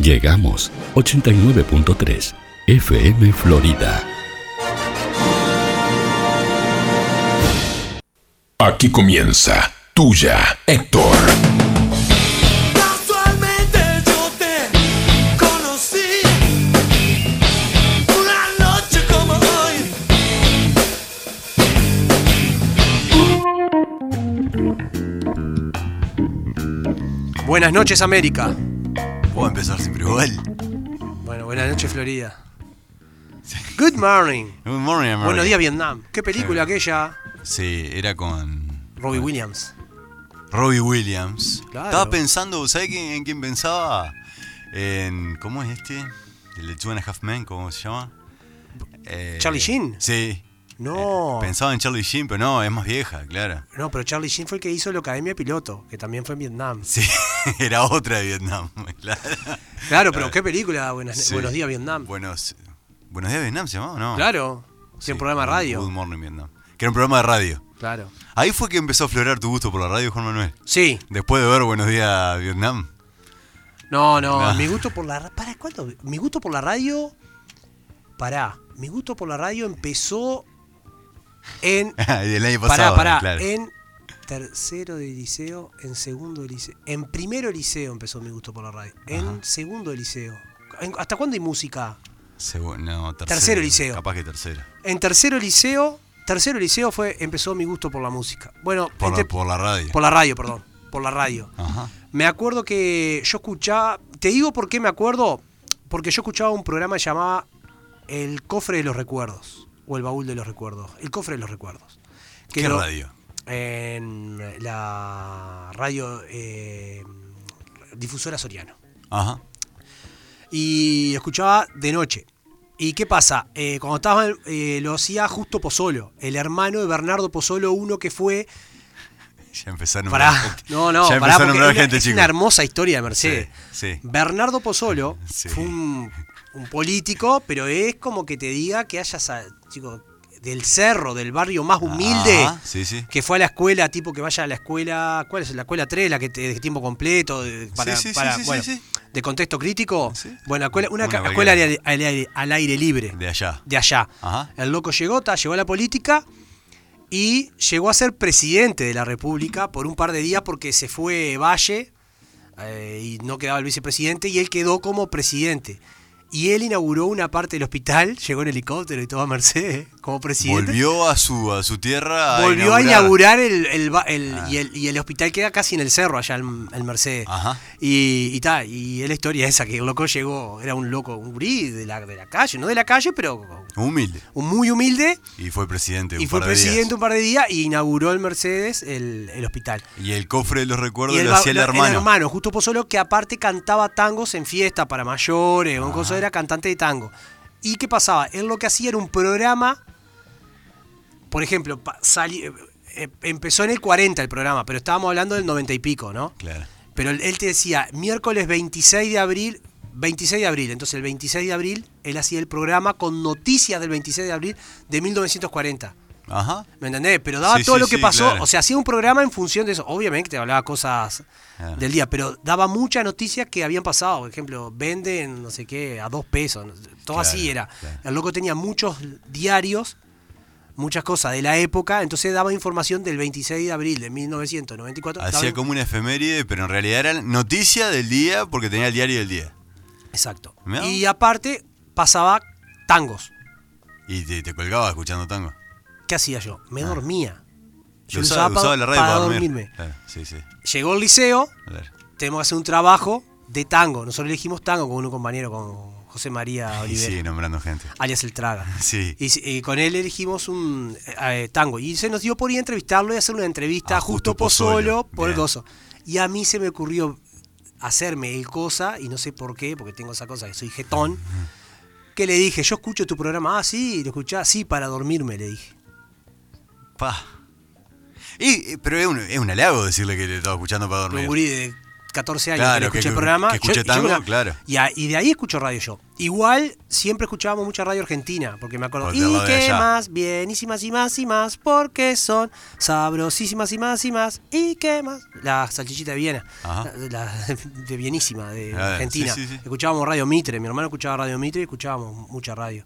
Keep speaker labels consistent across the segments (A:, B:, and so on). A: Llegamos 89.3 FM Florida.
B: Aquí comienza Tuya, Héctor.
C: Casualmente yo te conocí una noche como hoy.
D: Buenas noches, América.
E: Puedo empezar siempre igual.
D: Bueno, buenas noches, Florida. Good morning.
E: Good morning, America.
D: Buenos días, Vietnam. Qué película aquella,
E: Sí, era con
D: Robbie Williams.
E: Robbie Williams.
D: Claro.
E: Estaba pensando, ¿sabés quién- en quién pensaba? En. ¿Cómo es este? El de Two and a Half Men, ¿cómo se llama? Eh,
D: ¿Charlie Sheen? Oh.
E: Sí.
D: No,
E: Pensaba en Charlie Sheen, pero no, es más vieja, claro.
D: no, pero Charlie Sheen fue el que hizo la Academia Piloto, que también fue en Vietnam.
E: Sí, era otra de Vietnam, claro.
D: Claro, pero qué película, buenas-
E: Sí.
D: buenos días, Vietnam.
E: Buenos, Buenos días, Vietnam, ¿se llamaba o no?
D: Claro,
E: Sí,
D: sí, un programa de
E: Good
D: radio.
E: Morning, Vietnam. Que era un programa de radio.
D: Claro.
E: Ahí fue que empezó a florear tu gusto por la radio, Juan Manuel.
D: Sí,
E: Después de ver Buenos días, Vietnam.
D: no, no,
E: No.
D: mi gusto por la ra- ¿Para cuándo? Mi gusto por la radio. Pará, mi gusto por la radio empezó en
E: el Ah, año
D: Pará,
E: pasado.
D: pará.
E: claro.
D: En tercero de liceo, en segundo de liceo. En primero de liceo empezó mi gusto por la radio. En segundo de liceo. En- ¿Hasta cuándo hay música?
E: Segu- no, tercero.
D: Tercero liceo. Este
E: Capaz que tercero.
D: En tercero de liceo, tercero de liceo fue, empezó mi gusto por la música. Bueno,
E: Por,
D: este-
E: la, por la radio.
D: por la radio, perdón. Por la radio.
E: Ajá.
D: Me acuerdo que yo escuchaba. Te digo por qué me acuerdo. Porque yo escuchaba un programa llamado El Cofre de los Recuerdos. O El Baúl de los Recuerdos. El Cofre de los Recuerdos. Que
E: ¿Qué
D: lo-
E: radio?
D: en la radio eh, difusora Soriano.
E: Ajá.
D: Y escuchaba de noche. ¿Y qué pasa? Eh, cuando estaba, eh, lo hacía justo Pozzolo, el hermano de Bernardo Pozzolo, uno que fue...
E: Ya empezó a nombrar
D: Pará,
E: gente.
D: no, no,
E: ya
D: pará,
E: empezó a
D: porque
E: nombrar
D: es una-
E: gente,
D: es
E: chicos.
D: una hermosa historia de Mercedes.
E: Sí, sí.
D: Bernardo Pozzolo
E: Sí.
D: fue un, un político, pero es como que te diga que hayas, a- chico, del cerro, del barrio más humilde,
E: Ajá, Ah, sí, sí.
D: que fue a la escuela, tipo que vaya a la escuela, ¿cuál es? La escuela 3, la que te, de tiempo completo, de, para,
E: sí, sí,
D: para-
E: sí, sí,
D: bueno,
E: sí.
D: de contexto crítico.
E: Sí.
D: Bueno, escuela- una,
E: Una
D: ca- escuela
E: cualquiera.
D: al, al aire, al aire libre,
E: De allá.
D: de allá.
E: Ajá.
D: El loco llegó, ta, llegó a la política y llegó a ser presidente de la República por un par de días porque se fue Valle eh, y no quedaba el vicepresidente y él quedó como presidente. Y él inauguró una parte del hospital, llegó en helicóptero y todo a Mercedes como presidente.
E: Volvió a su, a su tierra.
D: Volvió a inaugurar el, el ba- el-
E: Ah.
D: y, el, y el hospital queda casi en el cerro, allá en, en Mercedes.
E: Ajá.
D: Y, y ta, y es la historia esa, que el loco llegó, era un loco, un gurí de la, de la calle, no de la calle, pero
E: Humilde.
D: muy humilde.
E: Y fue presidente.
D: Y
E: un
D: fue
E: par de días.
D: presidente un par de días y inauguró el Mercedes el, el hospital.
E: Y el cofre de los recuerdos
D: y
E: lo
D: ba-
E: hacía el
D: no,
E: hermano.
D: justo Pozzolo, que aparte cantaba tangos en fiesta para mayores,
E: Ah.
D: un coso era cantante de tango. ¿Y qué pasaba? Él lo que hacía era un programa, por ejemplo, pa- sali- eh, eh, empezó en el 40 el programa, pero estábamos hablando del 90 y pico, ¿no?
E: Claro.
D: Pero él- él te decía, miércoles 26 de abril, 26 de abril, entonces el 26 de abril él hacía el programa con noticias del 26 de abril de 1940.
E: Ajá.
D: ¿Me entendés? Pero daba
E: Sí,
D: todo
E: sí,
D: lo que
E: sí,
D: pasó.
E: claro.
D: O sea, hacía un programa en función de eso. Obviamente te hablaba cosas
E: Claro.
D: del día, pero daba muchas noticias que habían pasado. Por ejemplo, venden, no sé qué, a dos pesos. no sé, Todo
E: Claro,
D: así era.
E: claro.
D: El loco tenía muchos diarios, muchas cosas de la época. Entonces daba información del 26 de abril de 1994.
E: Hacía
D: Daba-
E: como una efeméride, pero en realidad era noticia del día porque tenía el diario del día.
D: Exacto.
E: Mirá.
D: Y aparte pasaba tangos.
E: Y te, te colgaba escuchando tango.
D: ¿Qué hacía yo? Me dormía. Yo
E: Lo
D: lo
E: Ah. usaba,
D: usaba, pa-
E: usaba la radio
D: para
E: para, dormir.
D: dormirme.
E: Claro, sí, sí.
D: Llegó el liceo,
E: A ver.
D: tenemos que hacer un trabajo de tango. Nosotros elegimos tango con un compañero, con José María
E: Y
D: Olivera,
E: sigue nombrando gente.
D: alias El Traga.
E: Sí.
D: Y, si- y con él elegimos un eh, eh, tango. Y se nos dio por ir a entrevistarlo y hacer una entrevista
E: A
D: justo
E: Ah, Justo
D: por solo,
E: Pozzolo.
D: por el
E: Bien.
D: gozo. Y a mí se me ocurrió hacerme el cosa, y no sé por qué, porque tengo esa cosa que soy jetón, que le dije, yo escucho tu programa, ah, sí, lo escuchás, sí, para dormirme, le dije.
E: Pa. Y- y- pero es un, es un halago decirle que te estaba escuchando para
D: Un
E: dormir.
D: gurí de 14 años
E: Claro,
D: que no
E: que-
D: escuché el
E: que-
D: programa.
E: que escuché tango,
D: una-
E: claro.
D: Y, a- y de ahí escucho radio yo. Igual siempre escuchábamos mucha radio argentina, porque me acuerdo.
E: Por
D: Y
E: el lado de
D: que
E: allá.
D: más, bienísimas y más y más, porque son sabrosísimas y más y más. Y que más. La salchichita de Viena.
E: Ajá.
D: La, la- de bienísima, de
E: Ah,
D: Argentina.
E: sí, sí, sí.
D: Escuchábamos Radio Mitre. Mi hermano escuchaba Radio Mitre y escuchábamos mucha radio.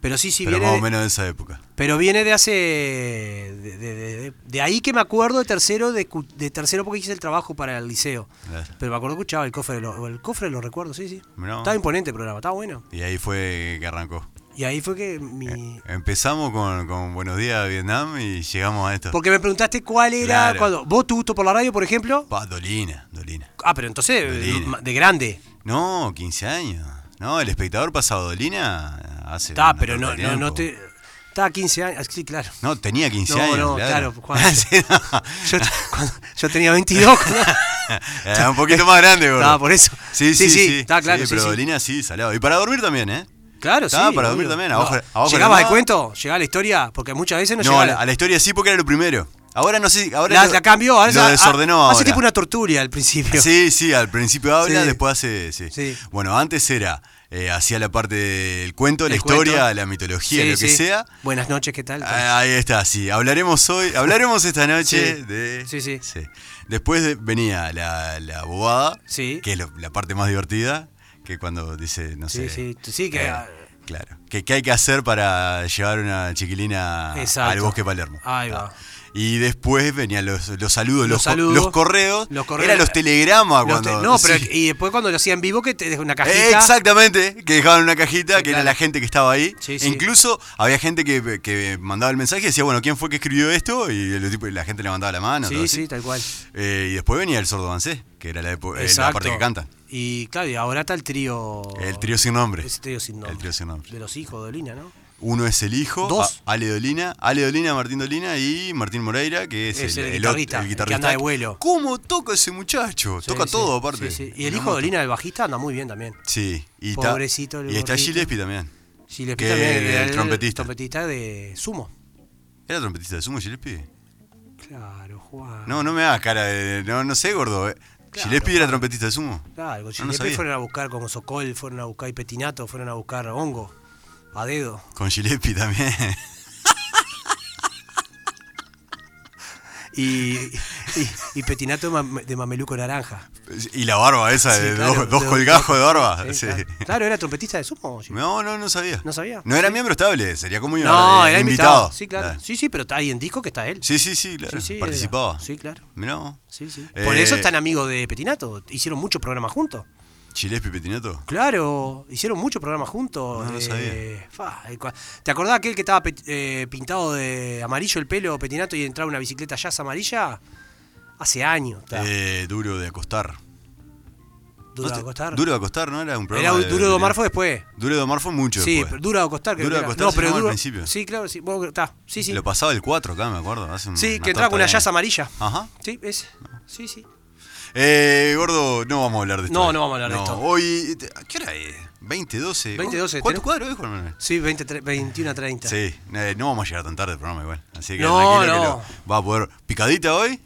D: Pero sí, sí,
E: Pero
D: viene
E: más o
D: de-
E: menos de esa época.
D: pero viene de hace. De, de- de- de ahí que me acuerdo de tercero, de, cu- de tercero porque hice el trabajo para el liceo.
E: Claro.
D: Pero me acuerdo que escuchaba el cofre de los, el cofre de los recuerdos, sí, sí.
E: Mirá.
D: Estaba imponente el programa, estaba bueno.
E: Y ahí fue que arrancó.
D: Y ahí fue que mi.
E: Empezamos con, con Buenos Días Vietnam y llegamos a esto.
D: Porque me preguntaste cuál era.
E: Claro.
D: Cuando, ¿Vos tu gusto por la radio, por ejemplo?
E: Pa, Dolina, Dolina.
D: Ah, pero entonces,
E: Dolina.
D: ma- de grande.
E: No, 15 años. No, el espectador pasado Dolina hace.
D: Está,
E: una
D: pero
E: torta
D: no,
E: de
D: no, no
E: tiempo.
D: te. Estaba 15 años, ah, sí, claro.
E: No, tenía 15
D: No,
E: años.
D: no,
E: claro,
D: claro, Juan.
E: Sí, no.
D: Yo, cuando- yo tenía 22. cuando-
E: Era un poquito más grande, gordo.
D: Estaba por eso.
E: Sí, sí, sí.
D: Estaba claro,
E: Sí,
D: sí,
E: pero
D: sí.
E: Dolina sí, salado. Y para dormir también, ¿eh?
D: Claro,
E: Estaba
D: sí.
E: para dormir
D: obvio.
E: también, abajo- abajo de la
D: ¿Llegaba al
E: cama.
D: cuento? ¿Llegaba a la historia? Porque muchas veces no,
E: No,
D: llegaba.
E: a la, a la historia sí porque era lo primero. Ahora no sé. Ahora
D: la,
E: lo-
D: la cambió,
E: lo
D: ahora ya-
E: desordenó
D: ha-
E: ahora.
D: Hace tipo una tortura al principio.
E: Sí, sí, al principio habla,
D: Sí.
E: después hace. Sí.
D: Sí.
E: Bueno, antes era. eh, hacía la parte del cuento, la
D: El cuento.
E: historia, la mitología,
D: Sí,
E: lo que
D: sí.
E: sea.
D: Buenas noches, ¿qué tal?
E: Ah, Ahí está, sí. Hablaremos hoy, hablaremos esta noche
D: Sí.
E: de.
D: Sí, sí.
E: Después de- venía la, la bobada,
D: Sí.
E: que es lo- la parte más divertida, que cuando dice, no
D: Sí,
E: sé. Eh,
D: sí, tú- sí, que- ah,
E: claro. Que, que hay que hacer para llevar una chiquilina
D: Exacto.
E: al bosque Palermo.
D: Ahí
E: Está.
D: va.
E: Y después venían los, los saludos, los, co-
D: saludos,
E: los correos.
D: los correos.
E: Eran los telegramas
D: Los te-
E: cuando.
D: no, pero
E: sí.
D: y después cuando lo hacía en vivo que te dejó una
E: Eh,
D: cajita.
E: Exactamente, que dejaban una cajita,
D: Sí,
E: que era
D: claro.
E: la gente que estaba ahí.
D: Sí,
E: E
D: sí.
E: Incluso había gente que, que mandaba el mensaje y decía, bueno, ¿quién fue que escribió esto? Y el tipo- la gente levantaba la mano. todo
D: Sí,
E: así.
D: sí, tal cual.
E: Eh, y después venía el sordo Vancé, que era la, epo- eh, la
D: Exacto.
E: parte que cantan.
D: Y claro, y ahora está el trío.
E: El trío sin nombre.
D: Ese trío sin nombre.
E: El trío sin nombre.
D: De los hijos de Olina, ¿no?
E: Uno es el hijo,
D: Dos.
E: a- Ale Dolina, Ale Dolina, Martín Dolina y Martín Moreira, que es,
D: Es el
E: ot-
D: guitarrista, el que anda de vuelo.
E: ¿Cómo toca ese muchacho?
D: Sí,
E: toca
D: sí.
E: todo aparte.
D: Sí, sí. Y el
E: Una
D: hijo de
E: moto.
D: Olina, el bajista, anda muy bien también.
E: Sí, y está,
D: Pobrecito el
E: y está
D: gordito.
E: Gillespie también.
D: Sí, le
E: Que
D: también
E: el trompetista.
D: trompetista de Sumo.
E: ¿Era trompetista de Sumo Gillespie?
D: Claro, Juan.
E: No, no me hagas cara de. No, no sé, gordo. eh.
D: Claro.
E: Gillespie era trompetista de sumo.
D: Claro,
E: no
D: si después
E: sabía.
D: fueron a buscar como Sokol, fueron a buscar y Petinato, fueron a buscar Hongo, a dedo.
E: Con Gillespie también.
D: Y, y, y Petinato de, Mam- de Mameluco Naranja.
E: y la barba esa,
D: Sí,
E: de
D: claro,
E: dos, dos
D: de-
E: colgajos de barba.
D: Sí,
E: sí.
D: Claro. Claro, era trompetista de sumo. sí.
E: No, no, no sabía.
D: No sabía.
E: No era miembro estable, sería como
D: No,
E: eh,
D: era invitado. Sí, claro.
E: Claro.
D: Sí, sí, pero está ahí en disco que está él.
E: Sí, sí, sí, claro.
D: Sí, sí, era.
E: Participaba.
D: Sí, claro.
E: Mirá vos.
D: Sí, sí.
E: Eh,
D: Por eso están amigos de Petinato. Hicieron muchos programas juntos.
E: Gillespie Petinato.
D: Claro, hicieron muchos programas juntos.
E: No, no
D: eh,
E: sabía.
D: fa, el cua- ¿Te acordás aquel que estaba pe- eh, pintado de amarillo el pelo, petinato, y entraba una bicicleta jazz amarilla? Hace años. ta.
E: Eh, duro de acostar.
D: duro
E: ¿No
D: de
E: te-
D: acostar.
E: Duro de acostar, ¿no? Era un programa.
D: Era un-
E: de-
D: duro de Omar
E: de-
D: fue después.
E: Duro de Omar fue mucho.
D: Sí,
E: después.
D: pero duro de acostar. creo
E: Duro de
D: que era.
E: acostar se llamaba al principio.
D: Sí, claro, sí. vos- ta, sí, sí.
E: Lo pasaba el 4 acá, me acuerdo. hace
D: sí,
E: una
D: que entraba con
E: torta
D: una
E: de-
D: jazz amarilla.
E: mm, Ajá.
D: Sí, ese. Sí, sí.
E: Eh, gordo, no vamos a hablar de esto.
D: No,
E: hoy.
D: no vamos a hablar de esto.
E: Hoy, te- ¿qué hora es? 20, 12.
D: 20, 12,
E: ¿Cuántos
D: tenés-
E: cuadros es, Juan Manuel?
D: Sí, 20, tre- 21 a 30.
E: Sí, eh, no vamos a llegar tan tarde al programa igual. Así que
D: No,
E: tranquilo que
D: no.
E: lo- va a poder. ¿Picadita hoy?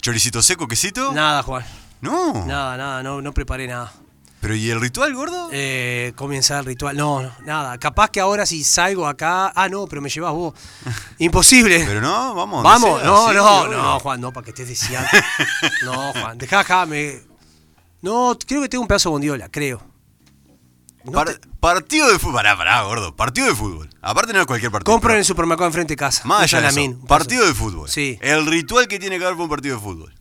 E: ¿Choricito seco, quesito?
D: Nada, Juan.
E: No.
D: Nada, nada, no, no preparé nada.
E: ¿Pero y el ritual, gordo?
D: Eh, comienza el ritual. No, no, nada. Capaz que ahora si salgo acá. Ah, no, pero me llevas vos. Imposible.
E: Pero no, vamos. donde
D: Vamos,
E: sea,
D: no,
E: sí,
D: no,
E: obvio.
D: no, Juan, no, para que estés deseando. no, Juan, dejá acá, me. No, creo que tengo un pedazo de bondiola, creo. No
E: Par-
D: te-
E: Partido de fútbol. Pará, pará, gordo. Partido de fútbol. Aparte no es cualquier partido.
D: Compro en
E: pero-
D: el supermercado enfrente de casa.
E: Más
D: un
E: allá de eso,
D: salamín, un pedazo.
E: Partido de fútbol.
D: Sí.
E: El ritual que tiene que haber para un partido de fútbol.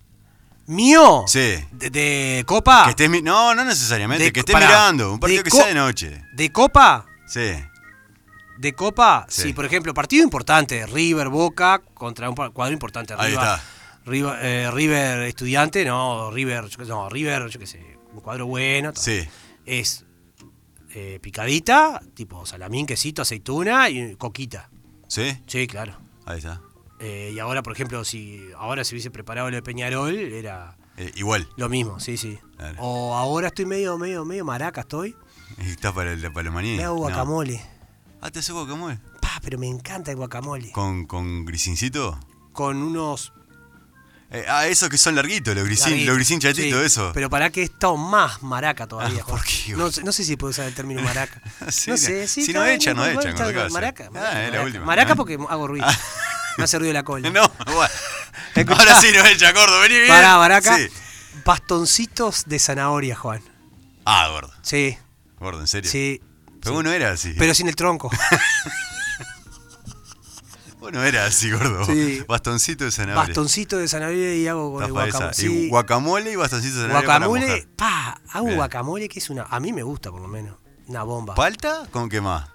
D: ¿Mío?
E: Sí.
D: ¿De, de copa?
E: Que estés mi- No, no necesariamente.
D: De-
E: que estés
D: pará.
E: mirando. Un partido
D: De
E: que
D: co-
E: sea de noche.
D: ¿De copa?
E: Sí.
D: De copa,
E: Sí.
D: sí, por ejemplo, partido importante, River Boca contra un pa- cuadro importante.
E: Ahí
D: River,
E: está.
D: River, eh, River estudiante, no, River, yo qué- no, River, yo qué sé, un cuadro bueno. tal.
E: Sí.
D: Es eh, picadita, tipo salamín, quesito, aceituna y coquita.
E: ¿Sí?
D: Sí, claro.
E: Ahí está.
D: Eh, y ahora, por ejemplo, si ahora se hubiese preparado lo de Peñarol, era
E: Eh, igual.
D: lo mismo, sí, sí.
E: Claro.
D: O ahora estoy medio, medio, medio maraca, estoy.
E: Está para el palomaní.
D: Me hago guacamole.
E: Mm, Ah, te hace guacamole.
D: Pa, pero me encanta el guacamole.
E: ¿Con, con grisincito?
D: Con unos
E: Eh, ah, esos que son larguitos, los grisín,
D: Larguito.
E: los grisín chatitos,
D: Sí,
E: eso.
D: Pero para que he estado más maraca todavía.
E: Ah, ¿por qué?
D: No, sé- no sé si puedo usar el término maraca.
E: Sí,
D: no
E: no.
D: sé, sí.
E: Si no
D: está
E: echan,
D: bien,
E: no
D: igual
E: echan,
D: está
E: lo que
D: bien.
E: hace.
D: Maraca.
E: Ah,
D: maraca,
E: es la
D: maraca.
E: última.
D: Maraca
E: Ah.
D: porque hago ruido.
E: Ah.
D: Me hace ruido la cola.
E: No, bueno.
D: Escuchá.
E: Ahora sí nos echa, gordo, vení, vení.
D: Pará, maraca.
E: Sí.
D: Bastoncitos de zanahoria, Juan.
E: Ah, gordo.
D: Sí,
E: Gordo, en serio.
D: sí.
E: Pero vos no eras así.
D: Pero sin el tronco.
E: Vos no eras así, gordo.
D: Sí.
E: Bastoncito de zanahoria.
D: Bastoncito de zanahoria y hago con el
E: Tapa esa.
D: guacamole.
E: Y
D: Sí.
E: guacamole y bastoncito de zanahoria. para
D: Guacamole,
E: mojar.
D: pa, hago un
E: Bien.
D: guacamole que es una. A mí me gusta, por lo menos. Una bomba.
E: ¿Palta? ¿Con qué más?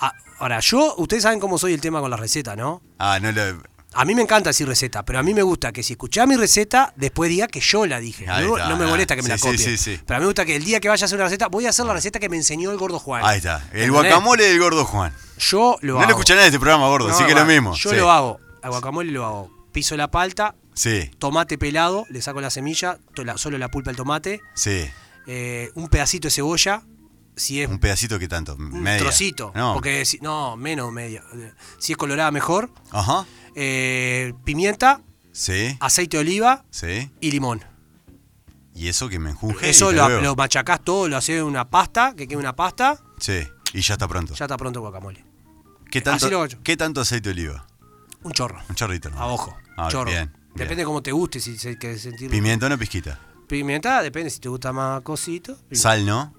D: Ah, ahora, yo, ustedes saben cómo soy el tema con las recetas, ¿no?
E: Ah, no lo.
D: A mí me encanta decir receta, pero a mí me gusta que si escuchás mi receta, después diga que yo la dije.
E: Ahí
D: No,
E: está,
D: no me
E: ah,
D: molesta que me
E: sí,
D: la
E: sí,
D: copien.
E: sí, sí.
D: Pero a mí me gusta que el día que vaya a hacer una receta, voy a hacer la receta que me enseñó el gordo Juan.
E: Ahí está. El
D: ¿Entendés?
E: guacamole del gordo Juan.
D: Yo lo
E: No
D: hago.
E: lo escucha nadie de este programa, gordo,
D: No,
E: así que
D: bueno,
E: lo mismo.
D: Yo
E: Sí.
D: lo hago. Al guacamole lo hago. Piso la palta,
E: Sí,
D: tomate pelado, le saco la semilla, to- la- solo la pulpa del tomate,
E: sí.
D: eh, un pedacito de cebolla, si es
E: Un
D: un,
E: pedacito que tanto. Media.
D: trocito.
E: No.
D: Porque si- no, menos media. Si es colorada, mejor.
E: Ajá.
D: Eh, pimienta,
E: Sí,
D: aceite de oliva
E: sí.
D: y limón.
E: Y eso que me enjuje. y
D: Eso
E: te
D: lo,
E: veo.
D: lo machacás todo, lo haces en una pasta, que quede una pasta,
E: Sí. Y ya está pronto.
D: ya está pronto el guacamole.
E: ¿Qué, tanto,
D: así lo hago yo.
E: ¿Qué tanto aceite de oliva?
D: Un chorro.
E: Un chorrito. ¿no?
D: A ojo.
E: Ah,
D: chorro.
E: Bien. bien.
D: Depende cómo te guste, si se querés sentir.
E: Pimentón o pizquita.
D: Pimienta, depende si te gusta más cosito. pimienta.
E: Sal, ¿no?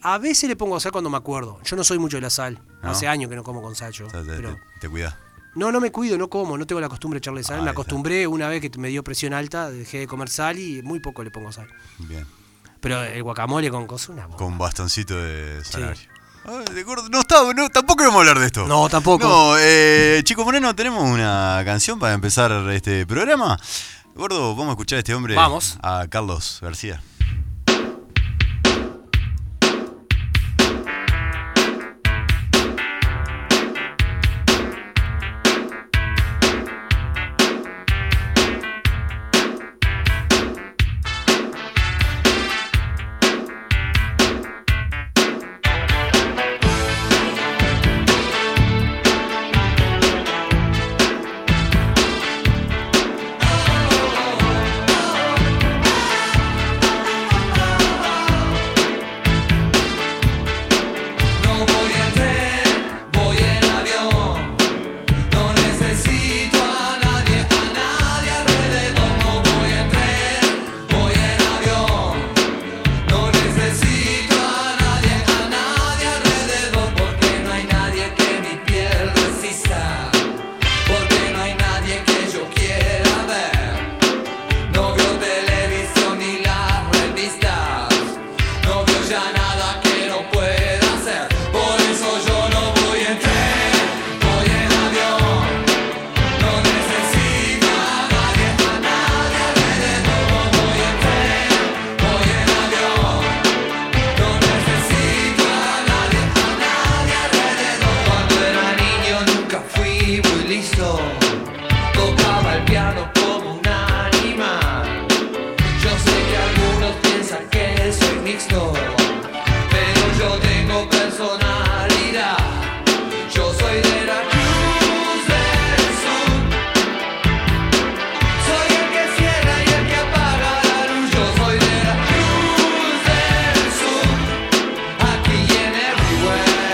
D: A veces le pongo sal cuando me acuerdo. Yo no soy mucho de la sal.
E: No.
D: Hace años que no como con sal yo.
E: O sea, te,
D: pero-
E: te- te cuidás.
D: No, no me cuido, no como, no tengo la costumbre de echarle sal.
E: Ah,
D: me
E: está.
D: acostumbré una vez que me dio presión alta, dejé de comer sal y muy poco le pongo sal.
E: Bien.
D: Pero el guacamole con cosas, una bomba.
E: Con bastoncito de salario. de gordo. No, está, no, tampoco vamos a hablar de esto.
D: No, tampoco.
E: No, eh, Chico Moreno, tenemos una canción para empezar este programa. Gordo, vamos a escuchar a este hombre.
D: Vamos.
E: A Carlos García.
F: No voy en tren, voy en avión. No necesito a nadie, a nadie alrededor. No voy en tren, voy en avión. No necesito a nadie, a nadie alrededor. Porque no hay nadie que mi piel resista. Porque no hay nadie que yo quiera ver. No veo televisión ni las revistas. No veo ya nada que no pueda hacer. Por eso yo no voy en tren, voy en avión. No necesito a nadie, a nadie alrededor. No voy en tren, voy en avión. No necesito a nadie, a nadie alrededor. Cuando era niño nunca fui muy listo. Tocaba el piano como un animal. Yo sé que algunos piensan que soy mixto, pero yo tengo personalidad. Yo soy de la Cruz del Sur. Soy el que cierra y el que apaga la luz. Yo soy de la Cruz del Sur. Aquí y en everywhere.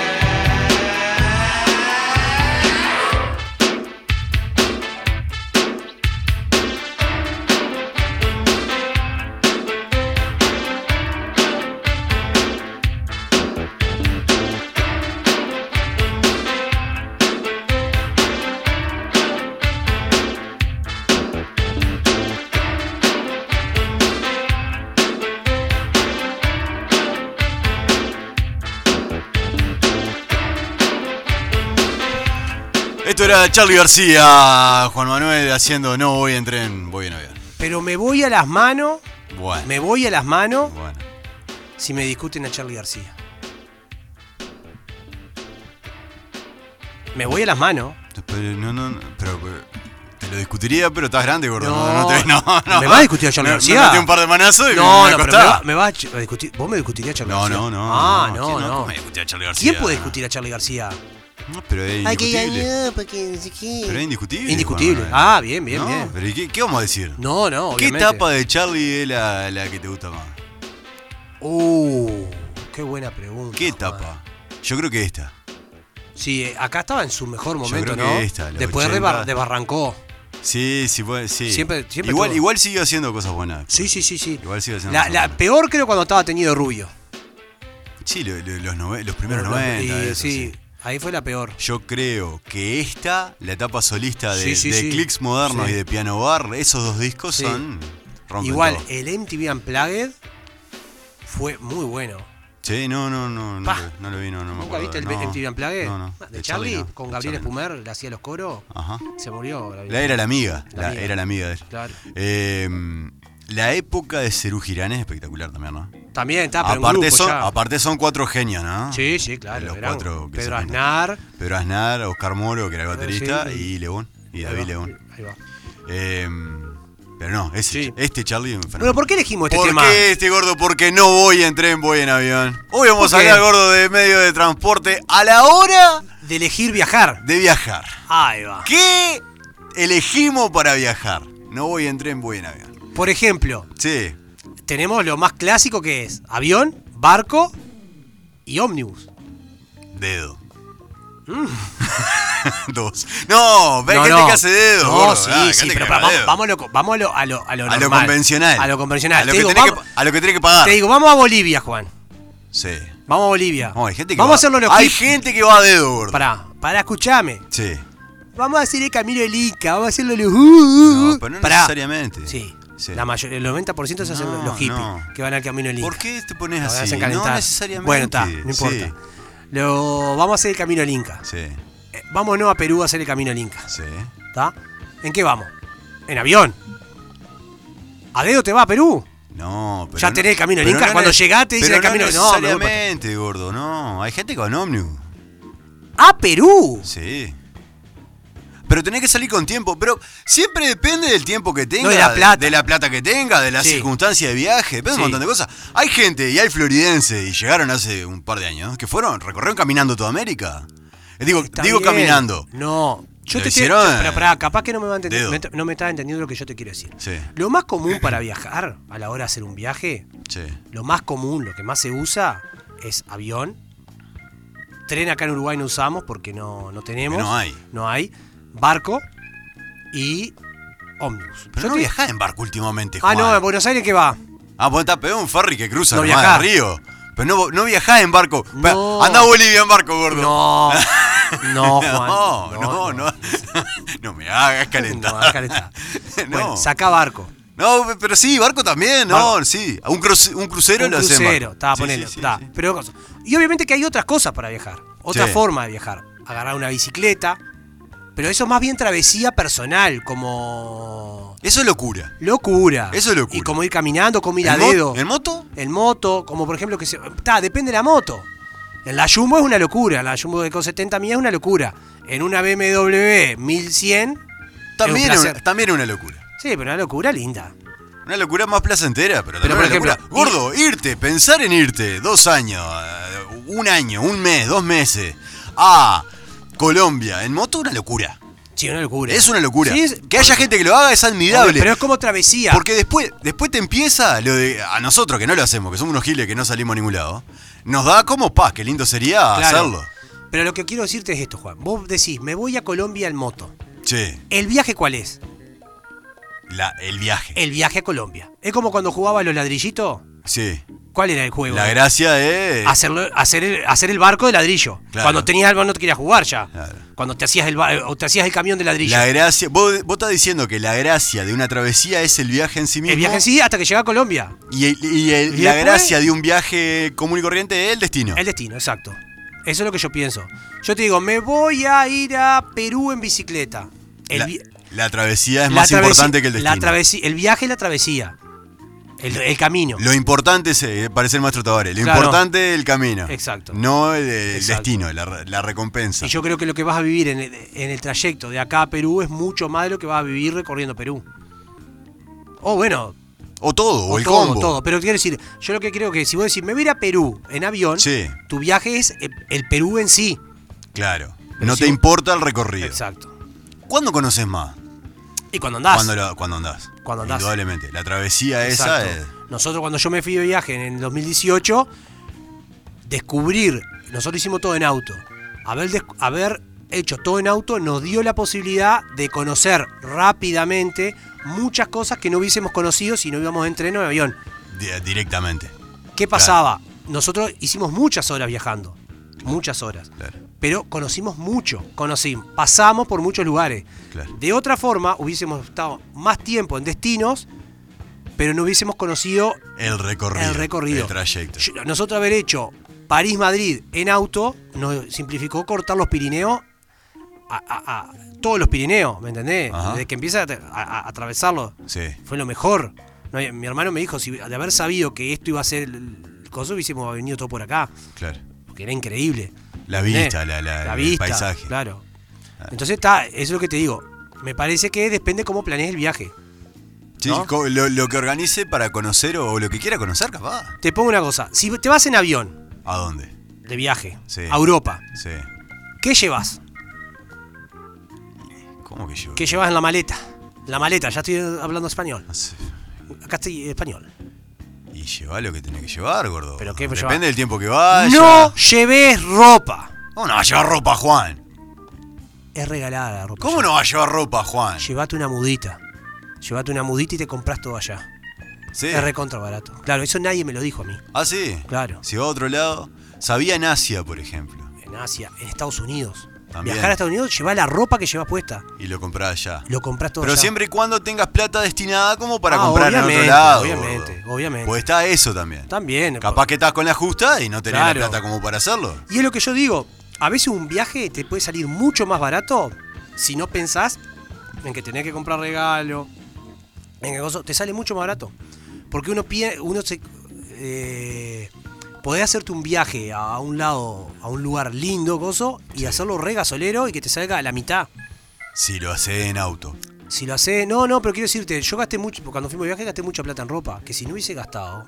E: Esto era Charlie García, Juan Manuel haciendo No voy en tren, voy en avión.
D: Pero me voy a las manos,
E: Bueno.
D: me voy a las manos
E: Bueno.
D: si me discuten a Charlie García. Me voy a las manos.
E: Pero, no, no, no, pero, pero- te lo discutiría, pero estás grande, gordo. No, no, te- no, no.
D: ¿Me vas a discutir a Charlie
E: Me-
D: García?
E: Me metí un par de manazos y
D: No,
E: me
D: no, pero me,
E: acostaba.
D: va- me vas a ch- a discutir. ¿Vos me discutirías a Charlie
E: No,
D: García?
E: no, no.
D: Ah, no,
E: ¿Quién
D: no.
E: ¿Cómo me discutí a Charlie García?
D: ¿Quién puede discutir a Charlie García?
E: No, pero eh, es
D: Hay que
E: indiscutible.
D: ganar porque no sé qué.
E: Pero es indiscutible.
D: Indiscutible.
E: Juan Manuel.
D: Ah, bien, bien,
E: no,
D: bien.
E: Pero ¿y qué, qué vamos a decir?
D: No, no,
E: ¿Qué
D: obviamente.
E: etapa de Charlie es la, la que te gusta más?
D: Uh, qué buena pregunta.
E: ¿Qué
D: Juan.
E: etapa? Yo creo que esta.
D: Sí, eh, acá estaba en su mejor momento,
E: creo que
D: ¿no?
E: esta, los
D: Después
E: 80.
D: rebar- desbarrancó.
E: Sí, sí, puede- sí.
D: Siempre- siempre
E: igual,
D: tuvo-
E: igual siguió haciendo cosas buenas. pues.
D: Sí, sí, sí, sí.
E: Igual sigue siendo
D: la,
E: más
D: la
E: o menos.
D: peor creo cuando estaba tenido rubio.
E: Sí, lo- lo- los, nove- los primeros
D: Los-
E: 90.
D: y,
E: eso,
D: sí,
E: sí.
D: ahí fue la peor.
E: Yo creo que esta, la etapa solista de,
D: Sí, sí,
E: de
D: sí.
E: Clicks Modernos
D: Sí.
E: y de Piano Bar, esos dos discos
D: Sí.
E: son. rompen
D: Igual,
E: todo.
D: el MTV Unplugged fue muy bueno.
E: Sí, no, no, no. No,
D: Pa.
E: lo, no lo vi, no, no me
D: ¿Nunca
E: acuerdo.
D: viste el
E: no.
D: MTV Unplugged?
E: No, no.
D: Ah, De, Charlie,
E: no,
D: con
E: de
D: Gabriel
E: Charlie no.
D: Espumer, le hacía los coros.
E: Ajá.
D: Se murió. Gabriel.
E: La era la amiga.
D: La
E: La
D: amiga.
E: Era la amiga de él.
D: Claro.
E: Eh, la época de Cerú Girán es espectacular también, ¿no?
D: También está, pero en
E: aparte,
D: grupo
E: son,
D: ya.
E: aparte son cuatro genios, ¿no?
D: Sí, sí, claro.
E: Los
D: eran
E: cuatro que se
D: Pedro
E: juntan.
D: Aznar.
E: Pedro Aznar, Oscar Moro, que era el
D: Claro,
E: baterista,
D: Ah, sí, sí.
E: y León. Y David
D: Ahí va,
E: León.
D: Ahí va.
E: Eh, pero no, ese,
D: Sí.
E: este Charlie me
D: Bueno, ¿por qué elegimos este
E: ¿Por
D: tema?
E: qué este gordo? Porque no voy en tren, voy en avión. Hoy vamos a
D: ¿Por qué?
E: hablar, gordo, de medio de transporte a la hora
D: De elegir viajar.
E: de viajar.
D: Ahí va.
E: ¿Qué elegimos para viajar? No voy en tren, voy en avión.
D: Por ejemplo,
E: Sí,
D: tenemos lo más clásico que es avión, barco y ómnibus.
E: dedo. Dos. Mm. No, ve gente que hace dedo.
D: No,
E: gordo,
D: sí,
E: ah, gente
D: sí,
E: que
D: pero
E: agarra
D: vamos,
E: dedo.
D: vamos, a lo, vamos a lo, a lo, a lo
E: a lo
D: normal.
E: convencional.
D: A lo convencional.
E: A lo, que,
D: te, digo,
E: tenés que
D: vamos,
E: pa- a lo que tenés que pagar.
D: te digo, vamos a Bolivia, Juan.
E: Sí.
D: Vamos a Bolivia.
E: No, hay gente que
D: vamos
E: va-
D: a hacerlo los
E: Hay
D: hip-
E: gente que va a dedo, gordo.
D: Pará, pará, escuchame.
E: Sí.
D: Vamos a hacer el camino del Inca, vamos a hacerlo los. uh, uh,
E: No,
D: uh.
E: pero no
D: Pará.
E: necesariamente.
D: Sí.
E: Sí.
D: La mayoría, el 90% se hacen
E: No,
D: los hippies
E: no.
D: que van al camino del Inca.
E: ¿Por qué te pones
D: Lo
E: así?
D: hacen
E: No
D: calentar.
E: necesariamente.
D: Bueno, está, no importa. Lo, vamos a hacer el camino al Inca.
E: Sí, sí,
D: Eh, vámonos a Perú a hacer el camino al Inca.
E: sí.
D: ¿Está? ¿En qué vamos? En avión. ¿A dedo te va a Perú?
E: No, pero.
D: Ya
E: no-
D: tenés el camino del
E: pero
D: Inca,
E: no
D: cuando
E: ne-
D: llegás te dicen
E: pero
D: el camino- no,
E: No,
D: me voy pa-
E: necesariamente, gordo, no. Hay gente con ómnibus.
D: ¡A Perú!
E: Sí. Pero tenés que salir con tiempo. Pero siempre depende del tiempo que tenga.
D: No, de la plata.
E: De la plata que tenga, de la
D: Sí.
E: circunstancia de viaje. Depende de
D: Sí.
E: un montón de cosas. Hay gente, y hay floridenses, y llegaron hace un par de años, que fueron, recorrieron caminando toda América. Eh, Digo,
D: Está
E: digo
D: bien.
E: caminando.
D: No. Yo
E: Lo
D: te
E: hicieron,
D: estoy-
E: eh,
D: Pará, pará, capaz que no me, va a entender-
E: dedo.
D: me- no me estás entendiendo lo que yo te quiero decir.
E: Sí.
D: Lo más común para viajar a la hora de hacer un viaje,
E: Che.
D: lo más común, lo que más se usa, es avión. Tren acá en Uruguay no usamos porque no, no tenemos.
E: No hay.
D: No hay. Barco y ómnibus.
E: Pero
D: Yo
E: no
D: te-
E: viajás en barco últimamente,
D: Ah,
E: Juan.
D: no, en Buenos Aires que va.
E: Ah, vos estás pegado a un ferry que cruza
D: No
E: nomás el
D: viajás.
E: río. Pero no, no viajás en barco. Pa-
D: No.
E: Andá a Bolivia en barco, gordo.
D: No, no, Juan.
E: no, no, no. No me hagas calentar.
D: No, acá está.
E: No.
D: Bueno, saca barco.
E: No, pero sí, barco también,
D: Barco.
E: no, sí. Un, cruce- un crucero
D: un
E: lo hacemos.
D: crucero, está,
E: Sí,
D: ponelo,
E: sí, sí,
D: está.
E: sí.
D: Pero, cosa- y obviamente que hay otras cosas para viajar, otra
E: Sí.
D: forma de viajar. Agarrar una bicicleta, pero eso es más bien travesía personal, como
E: Eso es locura.
D: locura.
E: Eso es locura.
D: Y como ir caminando, como ir a
E: ¿En mo-
D: dedo.
E: ¿En moto?
D: En moto, como por ejemplo que se. Está, depende de la moto. En la Jumbo es una locura, en la Jumbo de con 70 millas es una locura. En una BMW 1100,
E: También,
D: un
E: es
D: placer.
E: también es una locura.
D: sí, pero una locura linda.
E: Una locura más placentera, pero
D: Pero,
E: también
D: por
E: una locura.
D: ejemplo,
E: Gordo, irte, pensar en irte dos años, eh, un año, un mes, dos meses a Colombia en moto, una locura.
D: Sí, una locura.
E: Es una locura.
D: Sí, es-
E: que haya gente que lo haga es admirable.
D: Pero es como travesía.
E: Porque después, después te empieza lo de. A nosotros que no lo hacemos, que somos unos giles que no salimos a ningún lado, nos da como paz, qué lindo sería
D: Claro.
E: Ah, hacerlo.
D: Pero lo que quiero decirte es esto, Juan. Vos decís, me voy a Colombia en moto.
E: Che,
D: ¿El viaje cuál es?
E: la- el viaje.
D: El viaje a Colombia. Es como cuando jugaba a los ladrillitos.
E: Sí.
D: ¿Cuál era el juego?
E: La gracia es.
D: Hacerlo, hacer, el, hacer el barco de ladrillo.
E: Claro.
D: Cuando tenías algo no te querías jugar ya.
E: Claro.
D: Cuando te hacías el bar- o te hacías el camión de ladrillo.
E: La gracia. Vos, vos estás diciendo que la gracia de una travesía es el viaje en sí mismo.
D: el viaje en sí hasta que llega a Colombia.
E: Y, el- y el-
D: ¿Y
E: la
D: después?
E: gracia de un viaje común y corriente es el destino.
D: El destino, exacto. Eso es lo que yo pienso. Yo te digo, me voy a ir a Perú en bicicleta. El
E: la,
D: vi-
E: la travesía es
D: la
E: más
D: travesi-
E: importante que el
D: la
E: destino.
D: travesi- el viaje es la travesía. El, el camino.
E: Lo importante es eh, parecer maestro Tavares. Lo
D: Claro.
E: importante es el camino.
D: Exacto.
E: No el, el
D: Exacto.
E: destino, la, re- la recompensa.
D: Y yo creo que lo que vas a vivir en el, en el trayecto de acá a Perú es mucho más de lo que vas a vivir recorriendo Perú. O bueno,
E: o todo, o,
D: o
E: el
D: todo,
E: combo.
D: todo. Pero quiero decir, yo lo que creo que si vos decís, me voy a ir a Perú en avión,
E: Sí.
D: tu viaje es el, el Perú en sí.
E: Claro. No te
D: si-
E: importa el recorrido.
D: Exacto.
E: ¿Cuándo conoces más?
D: Y cuando andás.
E: Cuando, lo- cuando andás.
D: Cuando andás.
E: Indudablemente. La travesía
D: Exacto.
E: esa es.
D: Nosotros cuando yo me fui de viaje en el 2018, descubrir, nosotros hicimos todo en auto. Haber, des- haber hecho todo en auto nos dio la posibilidad de conocer rápidamente muchas cosas que no hubiésemos conocido si no íbamos en tren o en avión.
E: di- directamente.
D: ¿Qué pasaba? Nosotros hicimos muchas horas viajando, muchas horas.
E: Claro.
D: Pero conocimos mucho, conocimos, pasamos por muchos lugares.
E: Claro.
D: De otra forma, hubiésemos estado más tiempo en destinos, pero no hubiésemos conocido
E: El recorrido. Eh.
D: el recorrido.
E: El trayecto.
D: Yo- nosotros haber hecho París-Madrid en auto nos simplificó cortar los Pirineos a, a- a- todos los Pirineos, ¿me entendés?
E: Ajá.
D: Desde que empieza a, tra- a- a atravesarlo.
E: Sí.
D: Fue lo mejor. No había- mi hermano me dijo, si de haber sabido que esto iba a ser el, el coso, hubiésemos venido todo por acá.
E: Claro.
D: Porque era increíble.
E: La
D: ¿entendés?
E: vista, la- la- el paisaje.
D: Claro. Entonces está, eso es lo que te digo. Me parece que depende cómo planees el viaje.
E: Sí,
D: ¿No?
E: co- lo, lo que organice para conocer o, lo que quiera conocer, capaz.
D: Te pongo una cosa, si te vas en avión
E: ¿A dónde?
D: de viaje
E: Sí.
D: a Europa,
E: Sí.
D: ¿qué llevas?
E: ¿Cómo que yo?
D: ¿Qué llevas en la maleta? La maleta, ya estoy hablando español.
E: No sé.
D: Acá estoy español.
E: Y lleva lo que tenés que llevar, gordo.
D: ¿Pero qué pues,
E: Depende
D: lleva?
E: del tiempo que vaya.
D: No lleves ropa.
E: ¿Cómo no va a llevar ropa, Juan?
D: Es regalada la ropa.
E: ¿Cómo no va a llevar ropa, Juan?
D: Llévate una mudita. Llévate una mudita y te compras todo allá.
E: Sí.
D: Es recontra barato. Claro, eso nadie me lo dijo a mí.
E: Ah, sí.
D: Claro.
E: Si va a otro lado. Sabía en Asia, por ejemplo.
D: En Asia, en Estados Unidos.
E: También.
D: Viajar a Estados Unidos, lleva la ropa que llevas puesta.
E: Y lo compraba allá.
D: Lo compras todo
E: Pero
D: allá.
E: siempre y cuando tengas plata destinada como para
D: Ah,
E: comprar en otro
D: obviamente,
E: lado.
D: obviamente,
E: gordo.
D: obviamente.
E: Pues está eso también.
D: También. eh,
E: Capaz que estás con la justa y no tenés
D: Claro.
E: la plata como para hacerlo.
D: Y es lo que yo digo. A veces un viaje te puede salir mucho más barato si no pensás en que tenés que comprar regalo. En que cosa- te sale mucho más barato. Porque uno pie- uno se. eh, podés hacerte un viaje a un lado, a un lugar lindo, gozo, y hacerlo re gasolero y que te salga a la mitad.
E: Si lo haces en auto.
D: Si lo haces. No, no, pero quiero decirte, yo gasté mucho, cuando fuimos de viaje gasté mucha plata en ropa, que si no hubiese gastado.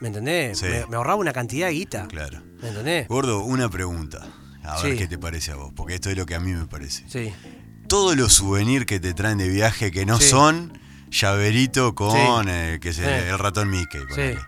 D: ¿Me entendés?
E: Sí.
D: Me, me ahorraba una cantidad de guita.
E: Claro.
D: ¿Me entendés?
E: Gordo, una pregunta. A
D: Sí.
E: ver qué te parece a vos, porque esto es lo que a mí me parece.
D: Sí.
E: Todos los souvenirs que te traen de viaje que no
D: Sí.
E: son llaverito con
D: Sí.
E: eh, que es el,
D: Sí.
E: el ratón Mickey. ponele.